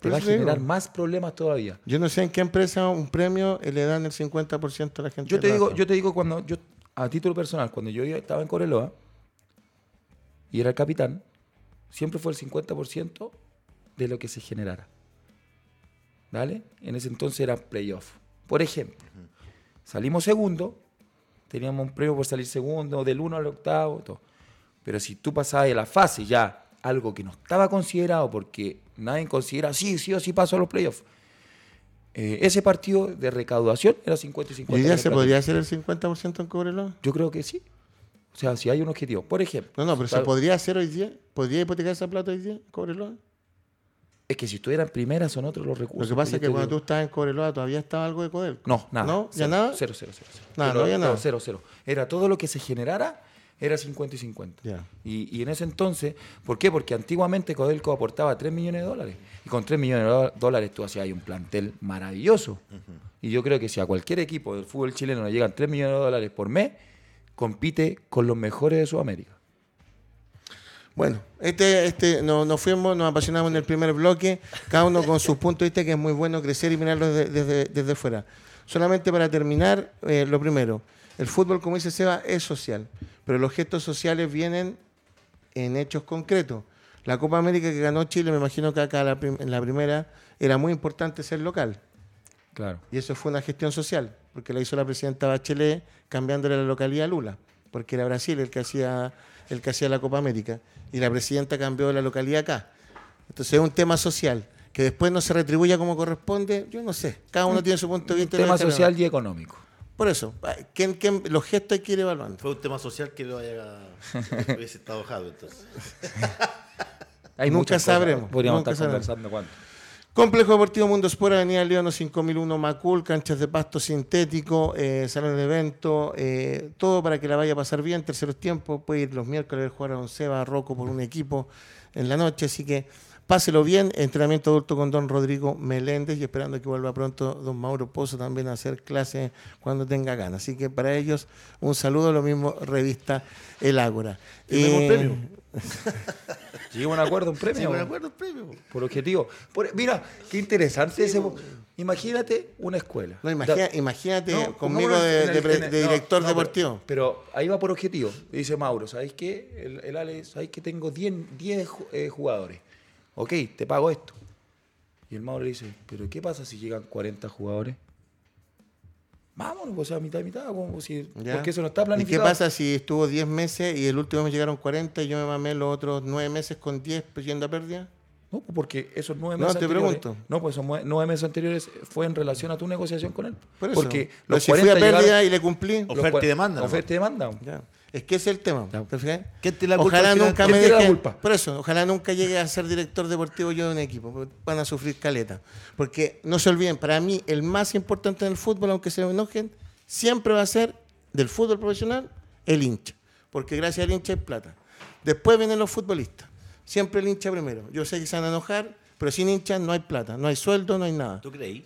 A: Por
C: va a
A: eso te digo.
C: generar más problemas todavía.
A: Yo no sé en qué empresa un premio eh, le dan el 50% a la gente.
C: Yo te
A: que
C: digo,
A: trabaja.
C: yo te digo cuando yo a título personal, cuando yo estaba en Coreloa y era el capitán, siempre fue el 50% de lo que se generara. ¿Vale? En ese entonces era playoff. Por ejemplo, salimos segundo, teníamos un premio por salir segundo, del 1 al octavo, todo. Pero si tú pasabas de la fase ya, algo que no estaba considerado porque nadie considera, sí, sí o sí paso a los playoffs. eh, ese partido de recaudación era 50 y 50.
A: ¿Y ya
C: de
A: se
C: plata.
A: podría hacer el 50% en Cobreloa?
C: Yo creo que sí. O sea, si hay un objetivo. Por ejemplo.
A: No, no, pero se
C: para-
A: podría hacer hoy día. ¿Podría hipotecar esa plata hoy día, Cobreloa?
C: Es que si estuviera en primera son otros los
A: Lo
C: recursos.
A: que pasa
C: yo
A: es que
C: te
A: cuando tú
C: digo.
A: estabas en Cobreloa todavía estaba algo de Codelco.
C: No, nada.
A: ¿No? ¿Ya
C: Cero,
A: nada?
C: Cero, cero, cero. cero.
A: Nada,
C: Pero-
A: no había nada.
C: no, Cero, cero. Era todo lo que se generara, era 50 y 50.
A: Ya.
C: Y, y en ese entonces, ¿por qué? Porque antiguamente Codelco aportaba 3 millones de dólares. Y con 3 millones de do- dólares tú hacías ahí un plantel maravilloso. Y yo creo que si a cualquier equipo del fútbol chileno le llegan 3 millones de dólares por mes, compite con los mejores de Sudamérica.
A: Bueno, este, este, no- nos fuimos, nos apasionamos en el primer bloque, cada uno con sus puntos de vista, que es muy bueno crecer y mirarlo desde, desde, desde fuera. Solamente para terminar, eh, lo primero, el fútbol, como dice Seba, es social, pero los gestos sociales vienen en hechos concretos. La Copa América que ganó Chile, me imagino que acá la prim- en la primera era muy importante ser local.
C: Claro.
A: Y eso fue una gestión social, porque la hizo la presidenta Bachelet cambiándole la localidad a Lula, porque era Brasil el que hacía, el que hacía la Copa América. Y la presidenta cambió la localidad acá. Entonces es un tema social, que después no se retribuya como corresponde, yo no sé. Cada uno tiene su punto de vista. y lo
C: Tema
A: deja en
C: social y económico.
A: el- Por eso, ¿quién, quién- los gestos hay que ir evaluando.
B: Fue un tema social que lo haya. hubiese estado Jado, entonces.
C: Hay
A: Nunca
C: muchas cosas.
A: sabremos,
C: Podríamos
A: nunca
C: estar
A: sabremos.
C: conversando cuánto.
A: Complejo Deportivo Mundo Sport, Avenida Leono 5001 Macul, canchas de pasto sintético, eh, salones de evento, eh, todo para que la vaya a pasar bien. Terceros tiempos, puede ir los miércoles a jugar a un Seba, a Rocco por un equipo en la noche. Así que páselo bien. Entrenamiento adulto con don Rodrigo Meléndez y esperando que vuelva pronto don Mauro Pozo también a hacer clases cuando tenga ganas. Así que para ellos, un saludo, lo mismo revista El Ágora.
B: Firmemos
A: Eh,
B: premio.
C: Llegamos a un acuerdo, un premio.
B: Sí, me acuerdo el premio. po.
C: Por objetivo. Por- mira, qué interesante ese. Imagínate una escuela.
A: no, imagina-
C: Da-
A: imagínate
C: No,
A: Este, conmigo
C: pongámoslo
A: de,
C: en el-
A: de pre-
C: en el-
A: de
C: no,
A: director
C: no, pero-
A: deportivo.
C: Pero, ahí va por objetivo. Y Dice Mauro, ¿sabéis qué? El, el Ale, ¿sabéis que tengo 10, 10 ju- eh, jugadores? Ok, te pago esto. Y el Mauro le dice, ¿pero qué pasa si llegan 40 jugadores? Vámonos, pues a mitad y mitad, como si-
A: Ya.
C: porque eso no está
A: ¿Y qué
C: planificado.
A: pasa si estuvo 10 meses y el último me llegaron 40 y yo me mamé los otros 9 meses con 10 pues, yendo a pérdida?
C: No, pues porque esos nueve
A: No,
C: meses
A: te
C: anteriores-
A: pregunto.
C: No, pues esos mue- nueve meses anteriores fue en relación a tu negociación con él.
A: Por eso.
C: Porque
A: Pero
C: los
A: si fui a
C: 40
A: pérdida
C: llegaron-
A: y le cumplí.
B: Oferta
C: los cua-
B: y demanda, ¿no?
C: Oferta y demanda.
A: Ya. Es que ese es el tema.
C: Ya.
A: ¿te fijas?
B: ¿Quién tiene la culpa
A: ojalá
B: al final?
A: nunca
C: ¿Quién
A: me
C: tiene la
A: dejen-
C: culpa?
A: Por eso, ojalá nunca llegue a ser director deportivo yo de un equipo. porque Van a sufrir caleta. Porque no se olviden, para mí el más importante en el fútbol, aunque se enojen, siempre va a ser del fútbol profesional el hincha. Porque gracias al hincha hay plata. Después vienen los futbolistas. Siempre el hincha primero. Yo sé que se van a enojar, pero sin hincha no hay plata, no hay sueldo, no hay nada.
B: ¿Tú creí?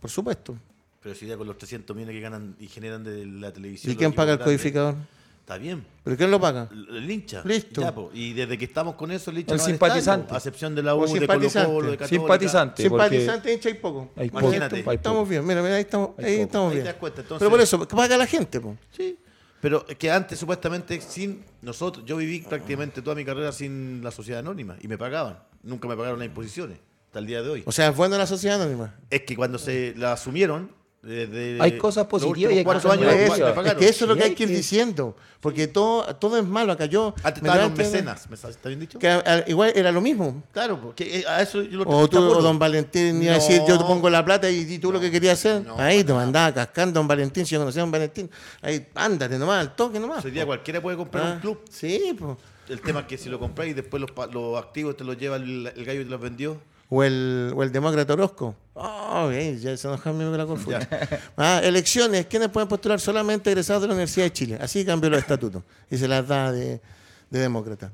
A: Por supuesto.
B: Pero si ya con los 300 millones que ganan y generan de la televisión.
A: ¿Y
B: los
A: quién
B: equipos
A: paga el
B: grandes,
A: codificador?
B: Está bien.
A: ¿Pero quién lo paga?
B: El el hincha.
A: Listo.
B: Ya, po. Y desde que estamos con eso, el hincha.
C: El
B: no va al
C: simpatizante.
B: estadio, a excepción de la
A: O
B: U, de Colo
A: simpatizante.
B: Colo, de Católica.
C: Simpatizante.
A: Simpatizante, hincha y poco.
C: Hay
A: Ahí
B: poco.
A: estamos-
B: Hay
A: Estamos
C: poco.
A: bien, mira, mira, ahí estamos,
C: Hay
A: ahí
C: poco.
A: estamos
B: Ahí te
A: bien.
B: das cuenta, entonces-
A: Pero por eso, que paga la gente, po.
B: Sí. Pero es que antes, supuestamente, sin nosotros, yo viví prácticamente toda mi carrera sin la sociedad anónima y me pagaban. Nunca me pagaron las imposiciones hasta el día de hoy.
A: O sea, es buena la sociedad anónima.
B: Es que cuando se la asumieron, Desde
C: Hay cosas
B: los
C: positivas y hay
B: últimos cuatro
C: cosas
B: años
C: negativas.
B: te
A: Eso,
B: pagaron.
A: es que eso es lo que
C: Y
A: hay
C: hay
A: que ir
C: que-
A: diciendo, porque todo, todo es malo. Acá yo.
B: Antes
A: me
B: estaban los
A: levanto-
B: mecenas, ¿me sabes? ¿está bien dicho?
A: que a- a- igual era lo mismo.
B: Claro, porque eh, a eso yo lo
A: O tú,
B: ¿te acuerdas?
A: o don Valentín, iba a decir, yo te
B: No.
A: pongo la plata y, y tú lo que querías hacer.
B: No,
A: ahí te mandaba cascando don Valentín, si yo conocía a don Valentín. Ahí, ándate nomás, al toque nomás.
B: Hoy día
A: po.
B: cualquiera puede comprar
A: Ah,
B: un club.
A: Sí, pues.
B: El tema es que si lo compras y después los, pa- los activos te los lleva el, el gallo y te los vendió.
A: O el, o el demócrata Orozco. Oh, bien, ya se enoja amigo que la confunde. Ah, elecciones. ¿Quiénes pueden postular? Solamente egresados de la Universidad de Chile. Así cambió los estatutos. Y se las da de, de demócrata.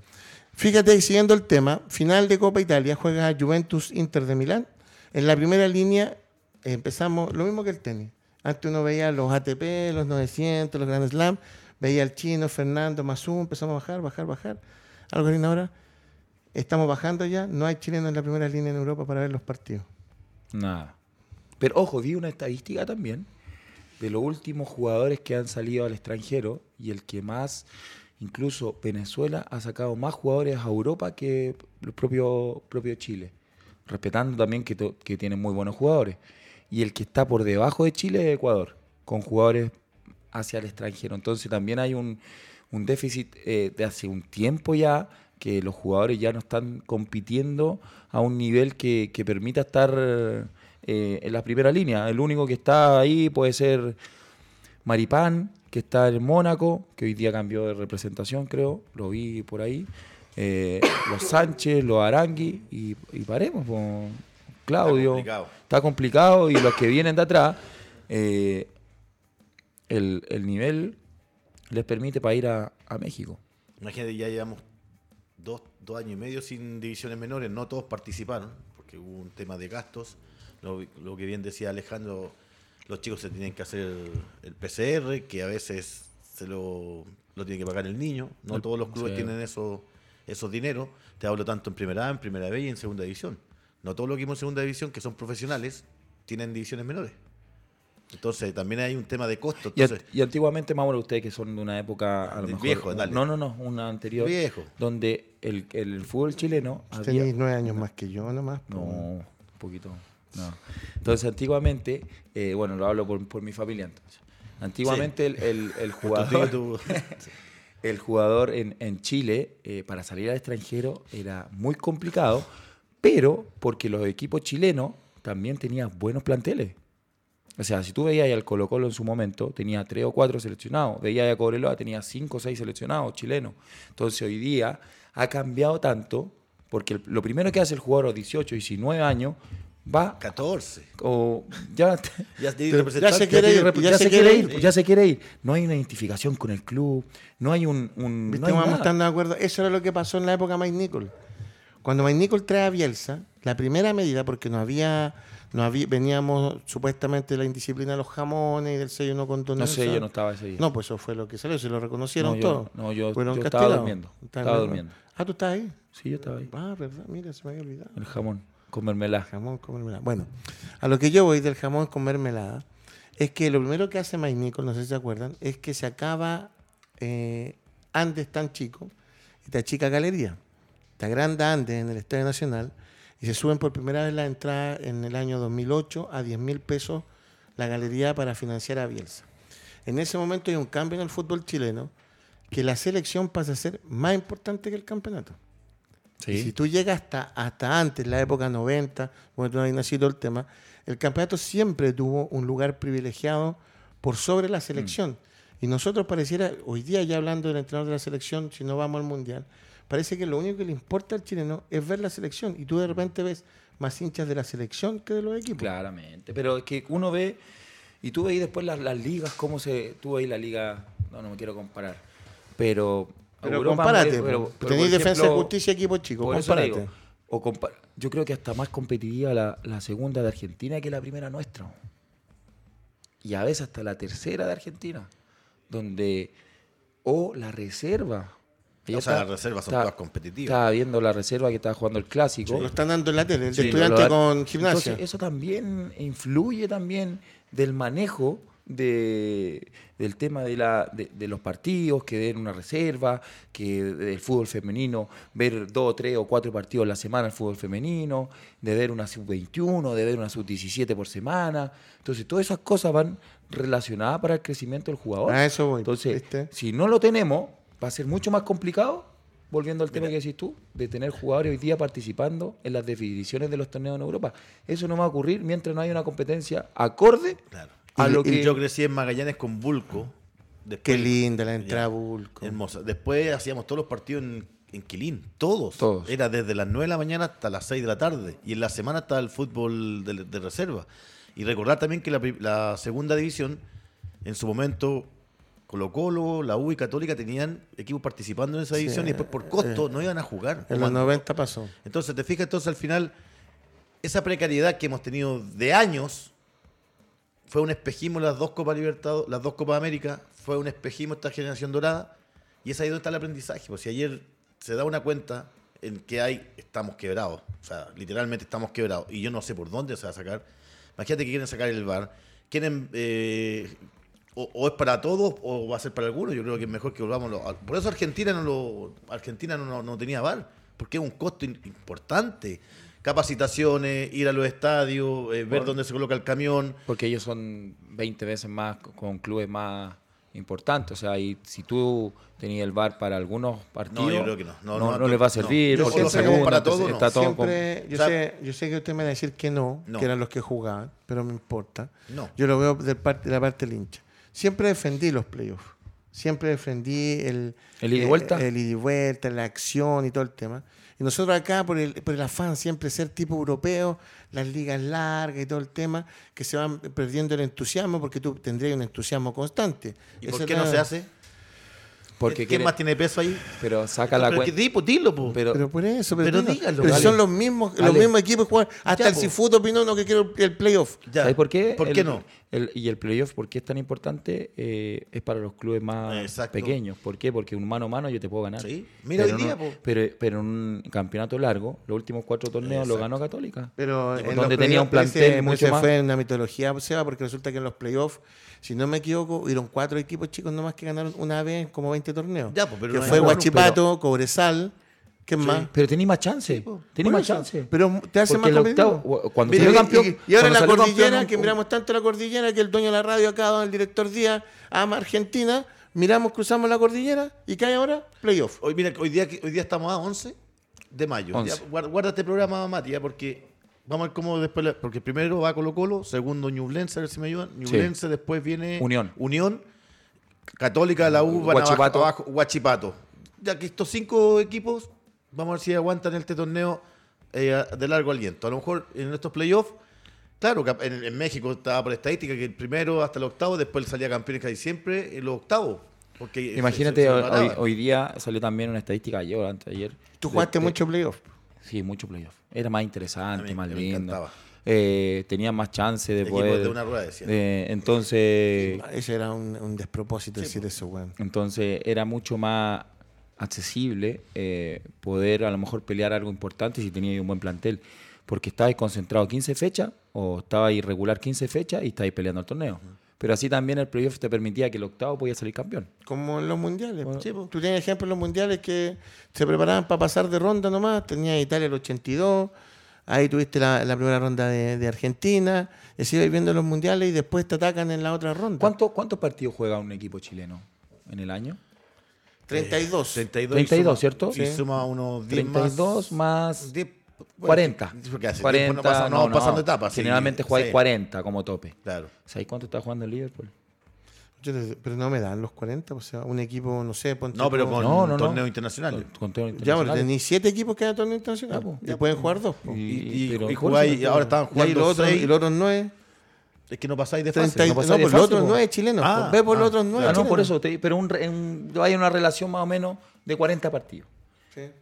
A: Fíjate, siguiendo el tema, final de Copa Italia juega Juventus Inter de Milán. En la primera línea eh, empezamos lo mismo que el tenis. Antes uno veía los ATP, los 900, los Grand Slam. Veía al chino, Fernando, Mazú. Empezamos a bajar, bajar, bajar. Algo ahí ahora. Estamos bajando ya, no hay chilenos en la primera línea en Europa para ver los partidos.
C: Nada. Pero ojo, vi una estadística también de los últimos jugadores que han salido al extranjero y el que más, incluso Venezuela, ha sacado más jugadores a Europa que el propio, propio Chile. Respetando también que, to- que tienen muy buenos jugadores. Y el que está por debajo de Chile es Ecuador, con jugadores hacia el extranjero. Entonces también hay un, un déficit eh, de hace un tiempo ya que los jugadores ya no están compitiendo a un nivel que, que permita estar eh, en la primera línea. El único que está ahí puede ser Maripán, que está en Mónaco, que hoy día cambió de representación, creo, lo vi por ahí. Eh, los Sánchez, los Arangui y, y paremos. po. Claudio.
B: Está complicado.
C: Está complicado y los que vienen de atrás, eh, el, el nivel les permite para ir a, a México.
B: Imagínate, ya llevamos dos, dos años y medio sin divisiones menores. No todos participaron, porque hubo un tema de gastos. Lo, lo que bien decía Alejandro, los chicos se tienen que hacer el PCR, que a veces se lo, lo tiene que pagar el niño. No
C: El-
B: todos los clubes
C: sí.
B: tienen eso, esos dineros. Te hablo tanto en primera A, en primera B y en segunda división. No todos los equipos en segunda división, que son profesionales, tienen divisiones menores. Entonces, también hay un tema de costo.
C: Y,
B: Entonces,
C: an- y antiguamente, más bueno, ustedes que son de una época a lo
B: Del
C: mejor-
B: viejo, dale.
C: No, no, no, una anterior.
B: Viejo.
C: Donde el, el fútbol chileno había,
A: Tenéis nueve años más que yo nomás. po.
C: Ah, No, un poquito. No. Entonces, antiguamente, eh, bueno, lo hablo por, por mi familia entonces. Antiguamente el, el- el jugador,
B: tú-
C: el jugador en, en Chile, eh, para salir al extranjero, era muy complicado, pero porque los equipos chilenos también tenían buenos planteles. O sea, si tú veías ahí al Colo Colo en su momento, tenía tres o cuatro seleccionados. Veías ahí a Cobreloa, tenía cinco o seis seleccionados chilenos. Entonces hoy día ha cambiado tanto, porque el- lo primero que hace el jugador a los 18, 19 años, va
B: 14.
C: o ya,
B: Ya, se
A: Ya se quiere ir, pues.
C: ya, se quiere ir, ya se quiere ir. No hay una identificación con el club, no hay un... un no
A: ¿Viste
C: hay
A: cómo vamos
C: nada.
A: estando de acuerdo? Eso era lo que pasó en la época de Mike Nichol. Cuando Mike Nichol trae a Bielsa, la primera medida, porque no había, no había, veníamos supuestamente de la indisciplina de los jamones y del sello no condonación.
C: No sé, yo no estaba ese día.
A: No, pues eso fue lo que salió, se lo reconocieron
C: No, yo-
A: todos.
C: no, yo-
A: Fueron
C: yo estaba
A: castigados.
C: durmiendo,
A: Estaban
C: estaba durmiendo.
A: Ah, tú estás ahí.
C: Sí, yo estaba ahí.
A: Ah, verdad, mira, se me había olvidado.
C: El jamón, con mermelada.
A: Jamón con mermelada. Bueno, a lo que yo voy del jamón con mermelada es que lo primero que hace Mike Nichol, no sé si se acuerdan, es que se acaba eh, Andes tan chico y te achica galería. Te agranda Andes en el Estadio Nacional y se suben por primera vez la entrada en el año 2008 a 10 mil pesos la galería para financiar a Bielsa. En ese momento hay un cambio en el fútbol chileno que la selección pasa a ser más importante que el campeonato. Y Si
C: Sí.
A: tú llegas hasta, hasta antes, la época 90, cuando tú no habías nacido el tema, el campeonato siempre tuvo un lugar privilegiado por sobre la selección.
C: Mm.
A: Y nosotros pareciera, hoy día ya hablando del entrenador de la selección, si no vamos al mundial, parece que lo único que le importa al chileno es ver la selección. Y tú
C: Mm.
A: de repente ves más hinchas de la selección que de los equipos.
C: Claramente. Pero es que uno ve, y tú veis después las, las ligas, cómo se. Tú veis la liga. No, no me quiero comparar. Pero.
A: Pero
C: Europa
A: compárate, pues.
C: es-
A: po.
C: pero- pero,
A: tenéis
C: por
A: defensa de
C: ejemplo,
A: justicia, equipo chico,
C: por eso te
A: compárate.
C: digo, o compa- yo creo que hasta más competitiva la, la segunda de Argentina que la primera nuestra. Y a veces hasta la tercera de Argentina. Donde. O la reserva.
B: O sea, las reservas son
C: está-
B: todas competitivas.
C: Estaba viendo la reserva que estaba jugando el clásico.
A: Lo están dando en la tele, el de
C: Sí,
A: estudiante
C: lo-
A: con gimnasia.
C: Entonces, eso también influye también del manejo de, del tema de, la, de, de los partidos, que den una reserva, que del fútbol femenino, ver dos, tres o cuatro partidos a la semana el fútbol femenino, de ver una sub-21, de ver una sub-17 por semana. Entonces, todas esas cosas van relacionadas para el crecimiento del jugador.
A: A eso voy,
C: Entonces,
A: ¿viste?
C: si no lo tenemos, va a ser mucho más complicado, volviendo al tema que decís tú, de tener jugadores hoy día participando en las definiciones de los torneos en Europa. Eso no va a ocurrir mientras no haya una competencia acorde
B: Claro.
C: a
B: Y-
C: lo
B: y
C: que-
B: Yo crecí en Magallanes con Bulco.
A: Qué
B: Después-
A: linda la entrada, Bulco.
B: Hermosa. Después hacíamos todos los partidos en, en Quilín, todos.
C: Todos.
B: Era desde las 9 de la mañana hasta las 6 de la tarde. Y en la semana estaba el fútbol de, de reserva. Y recordar también que la, pri- la segunda división, en su momento, Colo Colo, la U y Católica tenían equipos participando en esa
A: Sí,
B: división y después por costo no iban a jugar.
A: En los 90 pasó.
B: Entonces, te fijas, entonces al final, esa precariedad que hemos tenido de años fue un espejismo las dos Copas Libertadores, las dos Copas América, fue un espejismo esta generación dorada, y es ahí donde está el aprendizaje. Pues si ayer se da una cuenta en que hay, estamos quebrados, o sea, literalmente estamos quebrados, y yo no sé por dónde se va a sacar. Imagínate que quieren sacar el VAR, quieren. eh, o, o es para todos o va a ser para algunos. Yo creo que es mejor que volvamos. a lo- Por eso Argentina no lo Argentina no, no- no tenía VAR, porque es un costo in- importante. Capacitaciones, ir a los estadios, eh, ver dónde se coloca el camión,
C: Porque ellos son 20 veces más co- con clubes más importantes. O sea, y si tú tenías el VAR para algunos partidos,
B: yo creo que no. No,
C: no,
B: no,
C: no les va a
B: no.
C: servir.
A: Yo
C: porque en
A: siempre que como
B: para
C: entonces
B: todo, no.
C: está todo con-
A: Siempre, yo,
B: O sea-
A: sé, yo sé que usted me va a decir que no,
B: No.
A: que eran los que jugaban, pero me importa.
B: No.
A: Yo lo veo de, parte, de la parte del hincha. Siempre defendí los playoffs. Siempre defendí el,
C: ¿El ida y
A: eh,
C: vuelta?
A: El, ida y vuelta, la acción y todo el tema. Y nosotros acá, por el, por el afán siempre ser tipo europeo, las ligas largas y todo el tema, que se van perdiendo el entusiasmo porque tú tendrías un entusiasmo constante.
B: ¿Y
A: Esa
B: por qué
A: es
B: no
A: la-
B: se hace?
C: porque
B: ¿Quién
C: quieren-
B: más tiene peso ahí?
C: Pero saca la
B: pero que
C: cuenta.
B: di, pues, dilo, po.
C: Pero,
A: Pero por eso, pero,
B: pero
A: dilo.
B: dígalo,
A: Pero
B: dale.
A: son los mismos, los
C: Dale.
A: mismos equipos que juegan. Hasta
B: Ya,
A: el
B: po.
A: Cifuto opinó no que quiere el- el playoff.
B: Ya.
C: ¿Sabes por qué?
B: ¿Por
C: El-
B: qué no?
C: el- y el playoff, ¿por qué es tan importante? Eh, es para los clubes más
B: Exacto.
C: pequeños. ¿Por qué? Porque un mano a mano yo te puedo ganar.
B: Sí. Mira
C: pero
B: hoy
C: en
B: día,
C: un-
B: po.
C: pero, pero en un campeonato largo, los últimos cuatro torneos lo
B: Exacto.
C: ganó Católica.
A: Pero en
C: donde
A: los
C: tenía un
A: playoffs,
C: plantel
A: pero ese-
C: mucho
A: ese
C: más.
A: fue una mitología, Seba, porque resulta que en los playoffs, si no me equivoco, hubieron cuatro equipos chicos nomás que ganaron una vez como 20 torneos.
B: Ya, pues, pero
A: que
B: no hay
A: fue
B: quórum,
A: Guachipato, Cobresal, ¿qué más?
C: Pero tenéis más chance. tenéis
A: Por
C: más
A: eso,
C: chance.
A: Pero te hace
C: Porque
A: más
C: el
A: competitivo.
C: octavo, cuando
A: Mira,
C: salió
A: y-
C: campeón-
A: y, y ahora
C: cuando
A: la
C: salió campeón,
A: cordillera,
C: un-
A: que
C: un-
A: miramos tanto la cordillera, que el dueño de la radio acá, don el director Díaz, ama Argentina, miramos, cruzamos la cordillera, ¿y qué hay ahora? Playoff.
B: Hoy, mira, hoy día, que- hoy día estamos a 11 de mayo.
C: 11.
B: Ya, guarda, guarda este programa, Mati, ya, porque vamos a ver cómo después. la- porque primero va Colo Colo, segundo Ñublense, a ver si me ayudan. Ñublense, después viene
C: Unión.
B: Unión, Católica, la U, van
C: Huachipato.
B: abajo, abajo, Huachipato. Ya que estos cinco equipos, vamos a ver si aguantan este torneo eh, de largo aliento. A lo mejor en estos playoffs. Claro, cap- en, en México estaba por estadística que el primero hasta el octavo, después salía campeón casi siempre en los octavos. Porque se- se-
C: Imagínate,
B: se
C: hoy,
B: empataban.
C: hoy día salió también una estadística ayer, o antes de ayer.
A: Tú
C: de-
A: jugaste
C: de-
A: mucho playoff.
C: Sí, mucho playoff. Era más interesante,
B: A mí
C: más
B: me
C: lindo.
B: encantaba.
C: Eh, tenía más chance de
B: Equipos
C: poder.
B: de una rueda, decían.
C: de- entonces,
A: Ese era un, un despropósito decir eso, weón.
C: entonces era mucho más accesible eh, poder a lo mejor pelear algo importante si tenías un buen plantel. Porque estabais concentrado 15 fechas o estabais irregular 15 fechas y estabais peleando el torneo. Pero así también el playoff te permitía que el octavo podía salir campeón.
A: Como en los mundiales.
C: Bueno.
A: Sí, po. Tú tienes ejemplos en los mundiales que se preparaban para pasar de ronda nomás. Tenía Italia el 82, ahí tuviste la, la primera ronda de, de Argentina, y así vas viendo los mundiales y después te atacan en la otra ronda.
C: ¿Cuánto- ¿Cuántos partidos juega un equipo chileno en el año?
A: 32.
B: 32,
C: 32,
B: Eh, y suma-
C: ¿cierto?
B: Y
C: Sí.
B: suma unos 10
C: 32 más
B: 10,
C: 40.
B: Porque hace
C: 40,
B: tiempo no pasa- no, pasando etapas, sí,
C: Generalmente jugáis
B: sí.
C: 40 como tope.
B: Claro.
C: ¿Sabéis cuánto está jugando el Liverpool?
A: Yo te- pero no me dan los 40, o sea, un equipo, no sé, ponte
B: No, pero
A: tú-
B: con
C: No, no, no.
B: torneos internacionales.
C: Con todo
A: Ya, bueno, tenéis 7 equipos que dan torneo internacional. Y
C: Ya, po.
A: pueden jugar dos. po.
B: Y,
A: Y,
B: y,
C: pero-
B: y jugáis, y ahora están
A: ahí los
B: jugando
A: otros-
B: seis.
A: y los otros 9.
B: Es que no pasáis de
A: No,
B: fase.
C: no
A: no
C: pasáis de
A: pues los
C: fase,
A: otros
C: po.
A: 9 chilenos.
B: Ah,
A: po. Ve por los
B: ah,
A: otros 9.
C: Ah, no, por eso, te- pero un, re- un- hay una relación más o menos de 40 partidos.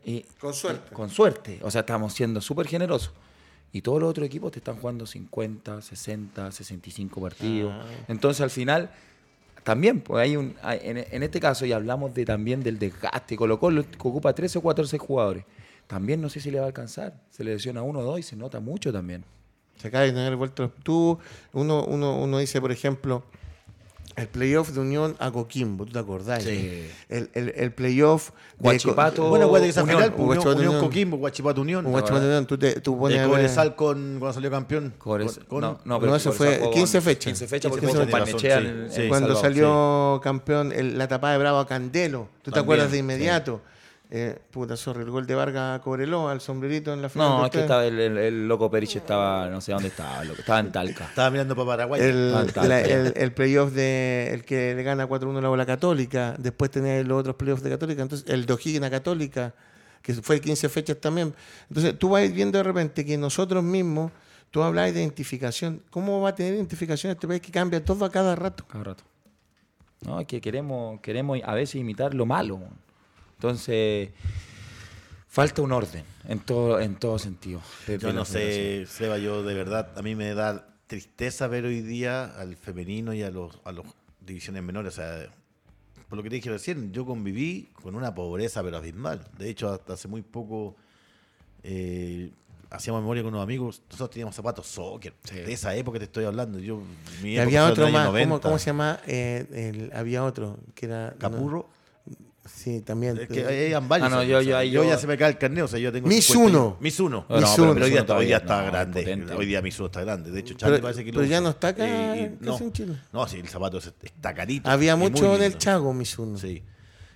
C: Y-
A: Con suerte.
C: y- con suerte. O sea, estamos siendo súper generosos. Y todos los otros equipos te están jugando 50, 60, 65 partidos.
A: Ah.
C: Entonces, al final, también, pues hay un. hay- en, en este caso, y hablamos de también del desgaste. Colo Colo que ocupa 13 o 14 jugadores. También no sé si le va a alcanzar. Se le lesiona uno o dos y se nota mucho también.
A: Se acaba de tener vuelto. Tú, uno, uno, uno dice, por ejemplo, El playoff de Unión a Coquimbo, ¿tú te acordás?
B: Sí.
A: El, el, el playoff de
C: Huachipato,
A: Co-
B: Bueno, acuérdate que esa
A: Unión,
B: final, pues, Unión,
A: Huachipato
B: Unión
A: Unión.
B: Coquimbo, Guachipato Unión.
A: Con Huachipato Unión, tú, te, tú pones...
B: De Cobresal con, cuando salió campeón.
C: Cobres-
B: Con- con-
C: no, no,
A: No,
C: pero
A: eso
C: Cobresal
A: fue
C: jugó con
A: 15 fechas.
C: 15 fechas
A: 15
C: porque jugó con
B: fechas, tiene
C: Barnechea
B: razón,
C: en-
B: sí,
C: en
B: sí.
A: Cuando
C: Salvador, sí.
A: salió campeón el- la tapada de Bravo a Candelo, ¿tú te
B: También,
A: acuerdas de
B: sí.
A: inmediato? Eh, puta, sorry, el gol de Vargas a Cobreloa, el sombrerito en la final.
C: No,
A: de
C: es que
A: ustedes.
C: estaba el, el- el loco Periche estaba, no sé dónde estaba, loco, estaba en Talca.
B: Estaba mirando para Paraguay.
A: el,
C: Ah, está,
A: la-
C: está.
A: el- el playoff de el que le gana 4-1 la bola católica, después tenía los otros playoffs de católica, entonces el de O'Higgins a católica, que fue 15 fechas también. Entonces tú vas viendo de repente que nosotros mismos, tú hablas de identificación, ¿cómo va a tener identificación este país que cambia todo a cada rato?
C: Cada rato. No, es que queremos, queremos a veces imitar lo malo. weón. Entonces, falta un orden en todo, en todo sentido. de- de
B: Yo
C: la
B: no
C: federación.
B: sé, Seba, yo de verdad, a mí me da tristeza ver hoy día al femenino y a los, a los divisiones menores. O sea, por lo que te dije recién, yo conviví con una pobreza pero abismal. De hecho, hasta hace muy poco eh, hacíamos memoria con unos amigos. Nosotros teníamos zapatos soccer. De esa época te estoy hablando. Yo, mi
A: Y
B: época
A: había
B: fue en
A: otro
B: el año
A: más, ¿cómo,
B: 90.
A: cómo se llama? Eh, el- había otro, que era...
B: Capurro.
A: no, sí, también.
B: Es que hayan varios.
C: Ah, no, yo-
B: o sea,
C: yo-
B: yo
C: yo-
B: ya se me cae el carnet, o sea, yo ya tengo.
A: Miss
B: 51.
A: Uno.
B: Miss uno.
C: No, no,
A: pero
B: Hoy día,
C: Miss Uno
B: hoy día está
C: todavía no,
B: grande.
C: potente.
B: Hoy día Miss uno está grande. De hecho, Charlie
A: Pero-
B: parece que lo
A: pero ya
B: usa.
A: no está acá,
B: Eh, y-
A: casi en Chile.
B: No, sí, el zapato es- está carito.
A: había
B: es muy
A: mucho en el
B: lindo.
A: Chago, Mizuno.
B: Sí.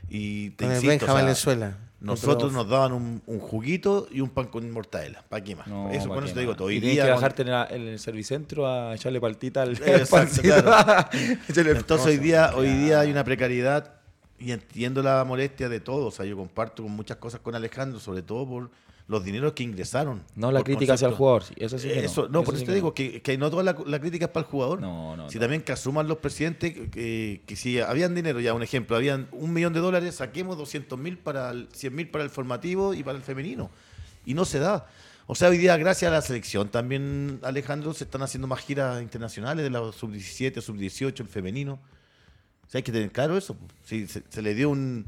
B: Y te
A: Con el
B: insisto,
A: Benja
B: o sea,
A: Valenzuela.
B: Nosotros
A: Otro-
B: nos daban un, un juguito y un pan con mortadela. ¿Para qué más?
C: No,
B: eso,
C: pa'
B: con
C: qué
B: eso te digo
C: más.
B: todo.
C: Y
B: Hoy
C: tienes
B: día
C: que
B: con-
C: bajarte en, la- en el servicentro a echarle paltita al, al
B: Exacto,
C: pancito.
B: claro.
C: Echarle-
B: Entonces hoy día, hoy día hay una precariedad y entiendo la molestia de todos. O sea, yo comparto con muchas cosas con Alejandro, sobre todo por los dineros que ingresaron.
C: No la
B: por
C: crítica hacia el
B: concepto.
C: jugador. sí, Eso sí que
B: Eh, Eso, no,
C: no,
B: por eso
C: sí que
B: te
C: no.
B: digo que, que no toda la, la crítica es para el jugador.
C: No, no,
B: si
C: no.
B: también que asuman los presidentes que, que si habían dinero, ya un ejemplo, habían un millón de dólares, saquemos 200 mil para el 100 mil para el formativo y para el femenino. Y no se da. O sea, hoy día, gracias a la selección, también, Alejandro, se están haciendo más giras internacionales de la sub-17, sub-18, el femenino. O sea, hay que tener claro eso. Si se, se le dio un.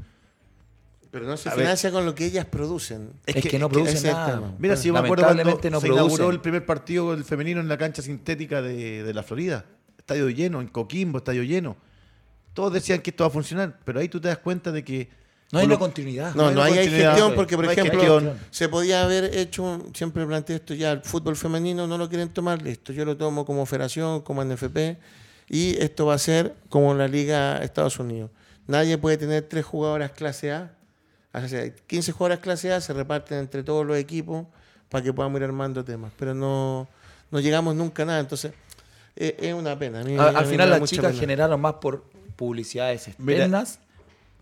A: Pero no se
B: A ver.
A: financia con lo que ellas producen.
C: Es, que, no
A: produce
C: produce
A: ese es el
C: nada.
A: tema.
B: Mira, si yo me acuerdo cuando
C: Eh, Lamentablemente no
B: se
C: produce.
B: inauguró el primer partido del femenino en la cancha sintética de, de la Florida. Estadio lleno, en Coquimbo, estadio lleno. Todos decían que esto va a funcionar, pero ahí tú te das cuenta de que...
C: No hay una
B: con lo-
C: Ah, continuidad.
A: No, no hay, hay
B: continuidad.
A: gestión porque, por
B: No hay
A: ejemplo,
B: gestión.
A: se podía haber hecho, un- siempre planteé esto ya, el fútbol femenino no lo quieren tomar, listo, yo lo tomo como federación, como NFP, y esto va a ser como la Liga Estados Unidos. Nadie puede tener tres jugadoras clase A, o sea, hay 15 jugadoras clase A se reparten entre todos los equipos para que puedan ir armando temas, pero no, no llegamos nunca a nada, entonces eh, es, una pena. A mí-
C: A-
A: a mí
C: al
A: me
C: final
A: da
C: las
A: mucha
C: chicas
A: pena.
C: generaron más por publicidades
B: Mira,
C: externas,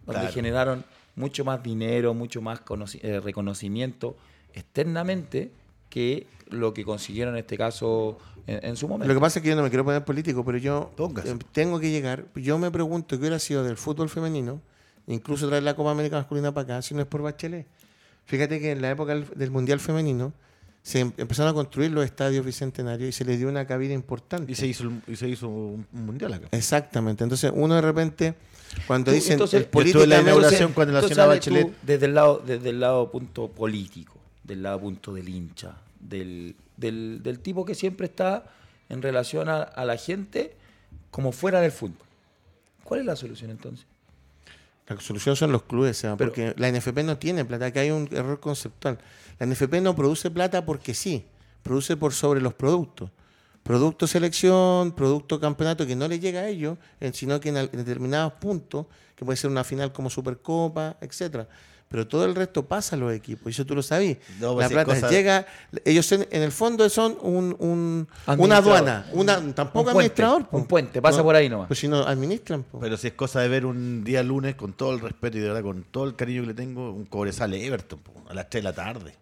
C: donde
B: claro.
C: generaron mucho más dinero, mucho más conoci- eh, reconocimiento externamente que lo que consiguieron en este caso en, en su momento.
A: Lo que pasa es que yo no me quiero poner político, pero yo
B: Póngase.
A: eh, tengo que llegar. Yo me pregunto qué hubiera sido del fútbol femenino, incluso traer la Copa América masculina para acá, si no es por Bachelet. Fíjate que en la época del- del Mundial Femenino se em- empezaron a construir los estadios bicentenarios y se les dio una cabida importante.
B: Y se hizo, el- y se hizo un un mundial acá.
A: Exactamente. Entonces, uno de repente, cuando
C: Tú,
A: dicen
C: entonces,
A: el
C: yo
B: estuve en la
A: político
B: inauguración cuando la
C: entonces,
B: señora
C: Ale, tú,
B: Bachelet-
C: Desde el, lado, desde el lado punto político, del lado punto del hincha, del, del, del tipo que siempre está en relación a, a la gente como fuera del fútbol. ¿Cuál es la solución entonces?
A: La solución son los clubes, Seba,
C: Pero-
A: porque la NFP no tiene plata, acá hay un error conceptual. La NFP no produce plata porque sí, produce por sobre los productos. Producto selección, producto campeonato que no le llega a ellos, eh, sino que en, al- en determinados puntos, que puede ser una final como Supercopa, etcétera. Pero todo el resto pasa a los equipos, y eso tú lo sabías.
B: No, pues
A: la
B: sí,
A: plata
B: cosa-
A: llega, ellos en, en el fondo son un, un- una
C: Administrador.
A: aduana, una, tampoco
C: Un puente,
A: administrador. po.
C: un puente, pasa por ahí nomás.
A: Pues si no administran. po.
B: Pero si es cosa de ver un día lunes, con todo el respeto y de verdad, con todo el cariño que le tengo, un Cobresal Everton po, a las 3 de la tarde.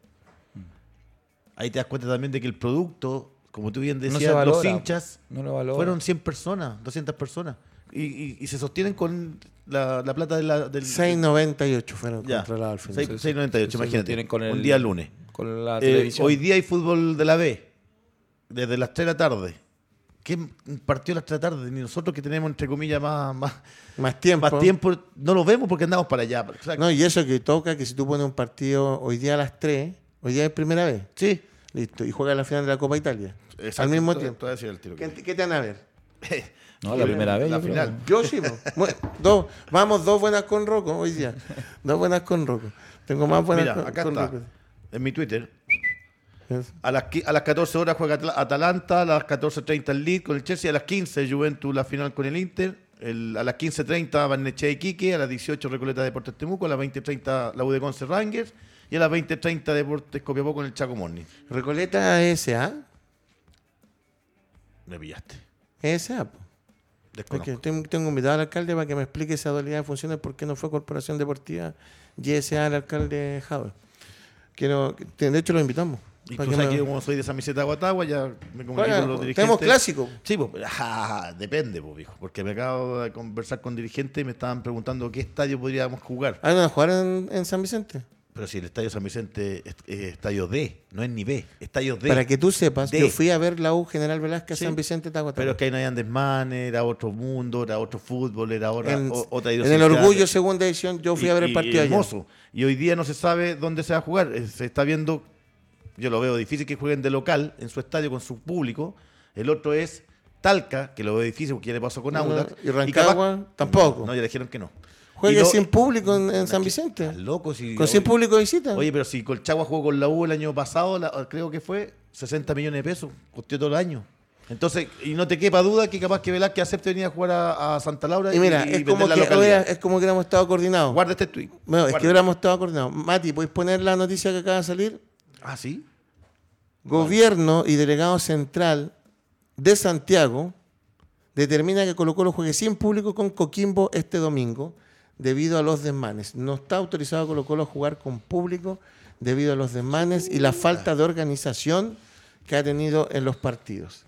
B: Ahí te das cuenta también de que el producto, como tú bien
C: Mm. No se
B: decías, los
C: valora,
B: hinchas
C: no lo valora.
B: fueron 100 personas, 200 personas. Y, y- y se sostienen con la, la plata de la- del.
A: 6.98 fueron
B: Ya,
A: controlados al final.
B: seis- 6.98,
C: Eso lo
B: imagínate.
C: tienen con el-
B: un día lunes.
C: Con la
B: Eh,
C: televisión.
B: hoy día hay fútbol de la B, desde las 3 de la tarde. ¿Qué partió a las 3 de la tarde? Ni nosotros que tenemos, entre comillas, más- más
A: Más tiempo.
B: más tiempo no lo vemos porque andamos para allá. O sea,
A: No, y eso que toca que si tú pones un partido hoy día a las 3, hoy día es primera vez.
B: sí.
A: Listo. Y juega la final de la Copa Italia.
B: Exacto,
A: al mismo
B: te-
A: tiempo.
B: te voy a decir el tiro que-
A: ¿Qué, qué te van a ver?
C: No, la primera vez.
B: la
C: yo creo.
B: final.
A: Yo sí, po. Bueno, dos, vamos, dos buenas con Rocco hoy día. Dos buenas con Rocco. Tengo más buenas
B: Mira,
A: con,
B: acá
A: con
B: está.
A: Rocco.
B: En mi Twitter.
A: Yes.
B: A las, qui- a las 14 horas juega Atla- Atalanta, a las 14.30 el Leeds con el Chelsea, a las 15 Juventus la final con el Inter, el- a las 15.30 Barnechea y Quique, a las 18 Recoleta Deportes Temuco, a las 20.30 la U de Conce Rangers y a las 20.30 Deportes Copiapó con el Chaco Morning.
A: Recoleta S.A.
B: Me pillaste.
A: S.A. po.
B: Desconozco.
A: Porque tengo, tengo invitado al alcalde para que me explique esa dualidad de funciones, por qué no fue Corporación Deportiva y SA al alcalde Javier. Que no- que- de hecho, lo invitamos.
B: Y
A: para
B: tú
A: que
B: sabes
A: me-
B: que yo como soy de San Vicente de Aguatagua, ya me comunico
A: Ahora,
B: con los dirigentes.
A: tenemos clásico.
B: Sí, pues, ajá, depende, pues, viejo, porque me acabo de conversar con dirigentes y me estaban preguntando qué estadio podríamos jugar.
A: ¿Ah, van a jugar en, en San Vicente?
B: Pero si el Estadio San Vicente es, es estadio D, no es ni B, estadio D.
A: Para que tú sepas,
B: De-
A: yo fui a ver la U General Velázquez
B: Sí.
A: San Vicente Tahuatá.
B: Pero es que ahí no habían desmanes, era otro mundo, era otro fútbol, era otra,
A: en,
B: o- otra
A: en el
B: idiosincrasia.
A: Orgullo Segunda Edición, yo fui
B: Y-
A: a ver el
B: y-
A: partido
B: y
A: ayer.
B: hermoso. Y hoy día no se sabe dónde se va a jugar. Eh, Se está viendo, yo lo veo difícil que jueguen de local en su estadio con su público. El otro es Talca, que lo veo difícil porque ya le pasó con
A: No,
B: Audax.
A: y Rancagua, tampoco.
B: No, ya le dijeron que no.
A: Juega
B: Y no-
A: sin público en, en San
B: que-
A: Vicente.
B: estás loco, si-
A: Con 100
B: oye,
A: público de visita.
B: Oye, pero si Colchagua jugó con la U el año pasado, la- creo que fue 60 millones de pesos, costó todo el año. Entonces, y no te quepa duda que capaz que Velázquez acepte venir a jugar a, a Santa Laura y,
A: y mira,
B: y
A: es,
B: vender
A: como
B: la
A: que,
B: localidad.
A: oiga, es como que hubiéramos estado coordinados.
B: Guarda este tweet.
A: Bueno, es
B: Guarda.
A: que hubiéramos estado coordinados. Mati, ¿puedes poner la noticia que acaba de salir?
B: Ah, sí.
A: Gobierno y delegado central de Santiago determina que Colo Colo juegue sin público con Coquimbo este domingo debido a los desmanes. No está autorizado Colo Colo a jugar con público debido a los desmanes y la falta de organización que ha tenido en los partidos.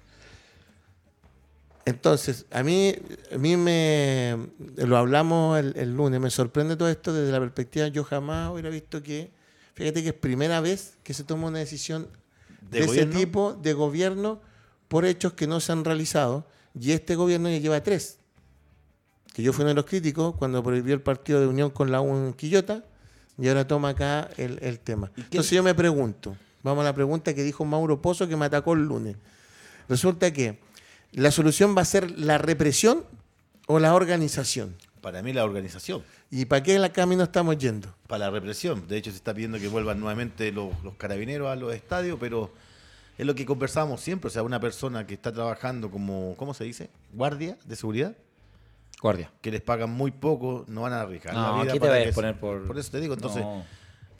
A: Entonces, a mí, a mí me, lo hablamos el, el lunes, me sorprende todo esto desde la perspectiva, yo jamás hubiera visto que, fíjate que es primera vez que se toma una decisión de,
B: ¿De
A: ese
B: gobierno?
A: tipo de gobierno por hechos que no se han realizado, y este gobierno ya lleva tres, que yo fui uno de los críticos cuando prohibió el partido de unión con la UN Quillota, y ahora toma acá el, el tema. Entonces yo me pregunto, vamos a la pregunta que dijo Mauro Pozo que me atacó el lunes. Resulta que la solución va a ser la represión o la organización.
B: Para mí la organización,
A: ¿Y para qué la camino estamos yendo?
B: para la represión. De hecho, se está pidiendo que vuelvan nuevamente los, los carabineros a los estadios, pero es lo que conversamos siempre. O sea, una persona que está trabajando como, ¿cómo se dice? Guardia de seguridad.
C: Guardia.
B: que les pagan muy poco, no van a arriesgar
C: No,
B: la vida.
C: aquí te
B: para
C: vas a
B: que-
C: exponer por-
B: Por eso te digo, entonces,
C: No.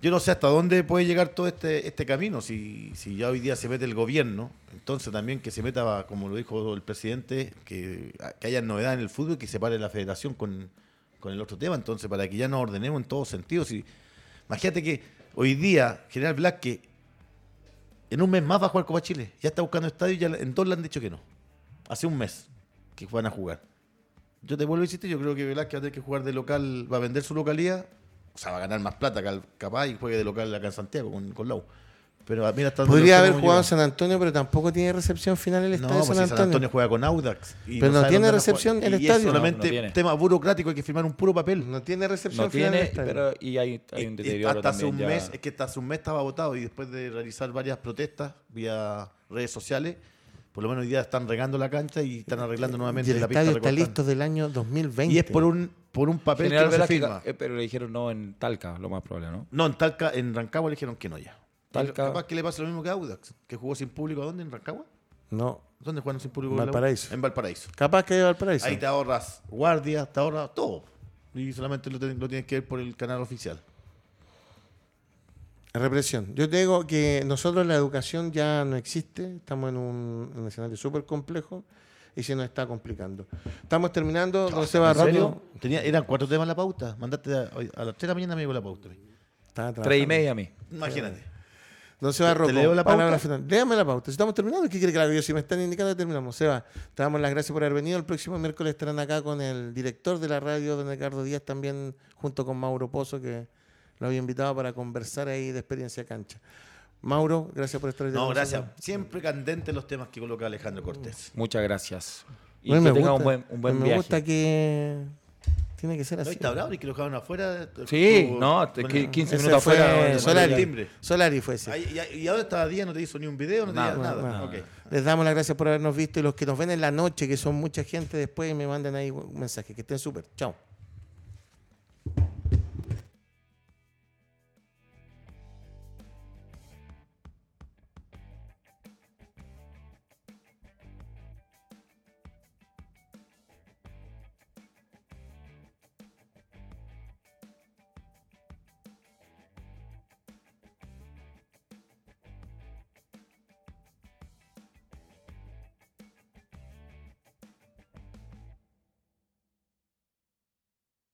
B: yo no sé hasta dónde puede llegar todo este, este camino. Si, si ya hoy día se mete el gobierno, entonces también que se meta, como lo dijo el presidente, que, que haya novedad en el fútbol y que se pare la federación con, con el otro tema. Entonces, para que ya nos ordenemos en todos sentidos. Si, imagínate que hoy día, General Black, que en un mes más va a jugar Copa Chile, ya está buscando estadio y ya en dos le han dicho que no. Hace un mes que van a jugar. Yo te vuelvo a insistir, yo creo que Velázquez va a tener que jugar de local, va a vender su localidad, o sea, va a ganar más plata cal- capaz y juegue de local acá en Santiago con, con Lau. Pero ah, mira, hasta dónde
A: Podría
B: nos
A: haber
B: podemos
A: jugado en San
B: llevar.
A: Antonio, pero tampoco tiene recepción final el
B: No,
A: estadio
B: pues
A: San,
B: si
A: Antonio.
B: San Antonio juega con Audax. y
A: Pero no
B: sabe
A: tiene
B: dónde van a
A: recepción
B: jugar.
A: el
B: Y es
A: estadio.
B: solamente
C: No, no tiene.
B: tema burocrático, hay que firmar un puro papel.
A: No tiene recepción
C: No
A: final
C: tiene,
A: el estadio.
C: pero y hay, hay un
B: Eh, Y- y
C: deterioro
B: hasta hace
C: también
B: un
C: ya.
B: mes, eh, es que hasta hace un mes estaba votado y después de realizar varias protestas vía redes sociales, por lo menos hoy día están regando la cancha y están arreglando
A: Y
B: nuevamente
A: el
B: la pista.
A: estadio está
B: recortando.
A: listo del año 2020.
B: Y es por un, por un papel que
C: General
B: no se
C: Velázquez,
B: firma.
C: eh, pero le dijeron no en Talca, lo más probable, ¿no?
B: No, en Talca, en Rancagua le dijeron que no ya.
C: Talca-
B: Capaz que le pasa lo mismo que a Audax, que jugó sin público. ¿A dónde? ¿En Rancagua?
A: No,
B: ¿Dónde jugaron sin público?
A: Valparaíso.
B: En Valparaíso.
A: capaz que lleva al paraíso.
B: Ahí te ahorras guardia, te ahorras todo. Y solamente lo, ten- lo tienes que ver por el canal oficial.
A: Represión. Yo te digo que nosotros la educación ya no existe, estamos en un, en un escenario súper complejo y se nos está complicando. Estamos terminando, don Seba
B: ¿En serio?
A: rápido.
B: Tenía, eran cuatro temas la pauta. Mandaste a, hoy- a las 3 de la mañana me llegó la pauta.
A: Estaba
C: Tres y
A: trabajando.
C: media a mí.
B: Imagínate.
A: Don Seba
B: ¿Te- te
A: Rocco,
B: leo la
A: palabra
B: pauta?
A: final. Léame la pauta. Si estamos terminando, ¿qué quiere que la vea? Si me están indicando, terminamos. Seba, te damos las gracias por haber venido. El próximo miércoles estarán acá con el director de la radio, don Ricardo Díaz, también junto con Mauro Pozo, que lo había invitado para conversar ahí de experiencia cancha. Mauro, gracias por estar hoy día
B: No,
A: con
B: gracias.
A: nosotros.
B: Siempre candentes los temas que coloca Alejandro Cortés.
C: Muchas gracias. Y
A: No,
C: que
A: me
C: tenga
A: gusta,
C: un buen, un buen
A: me
C: viaje.
A: gusta que Tiene que ser
B: No,
A: así.
B: está bravo y que lo dejaron afuera.
C: Sí,
B: Estuvo-
C: no, te-
B: bueno,
C: qui- 15
A: Ese
C: minutos
A: fue
C: afuera. bueno,
A: Solari.
C: ya.
B: timbre.
A: Solari fue ese.
B: Ahí- Y, y ahora estaba día, no te hizo ni un video, no te
C: Nada,
B: hizo nada.
A: nada.
B: Ok.
A: Les damos las gracias por habernos visto y los que nos ven en la noche, que son mucha gente, después me mandan ahí un mensaje. Que estén súper. Chao.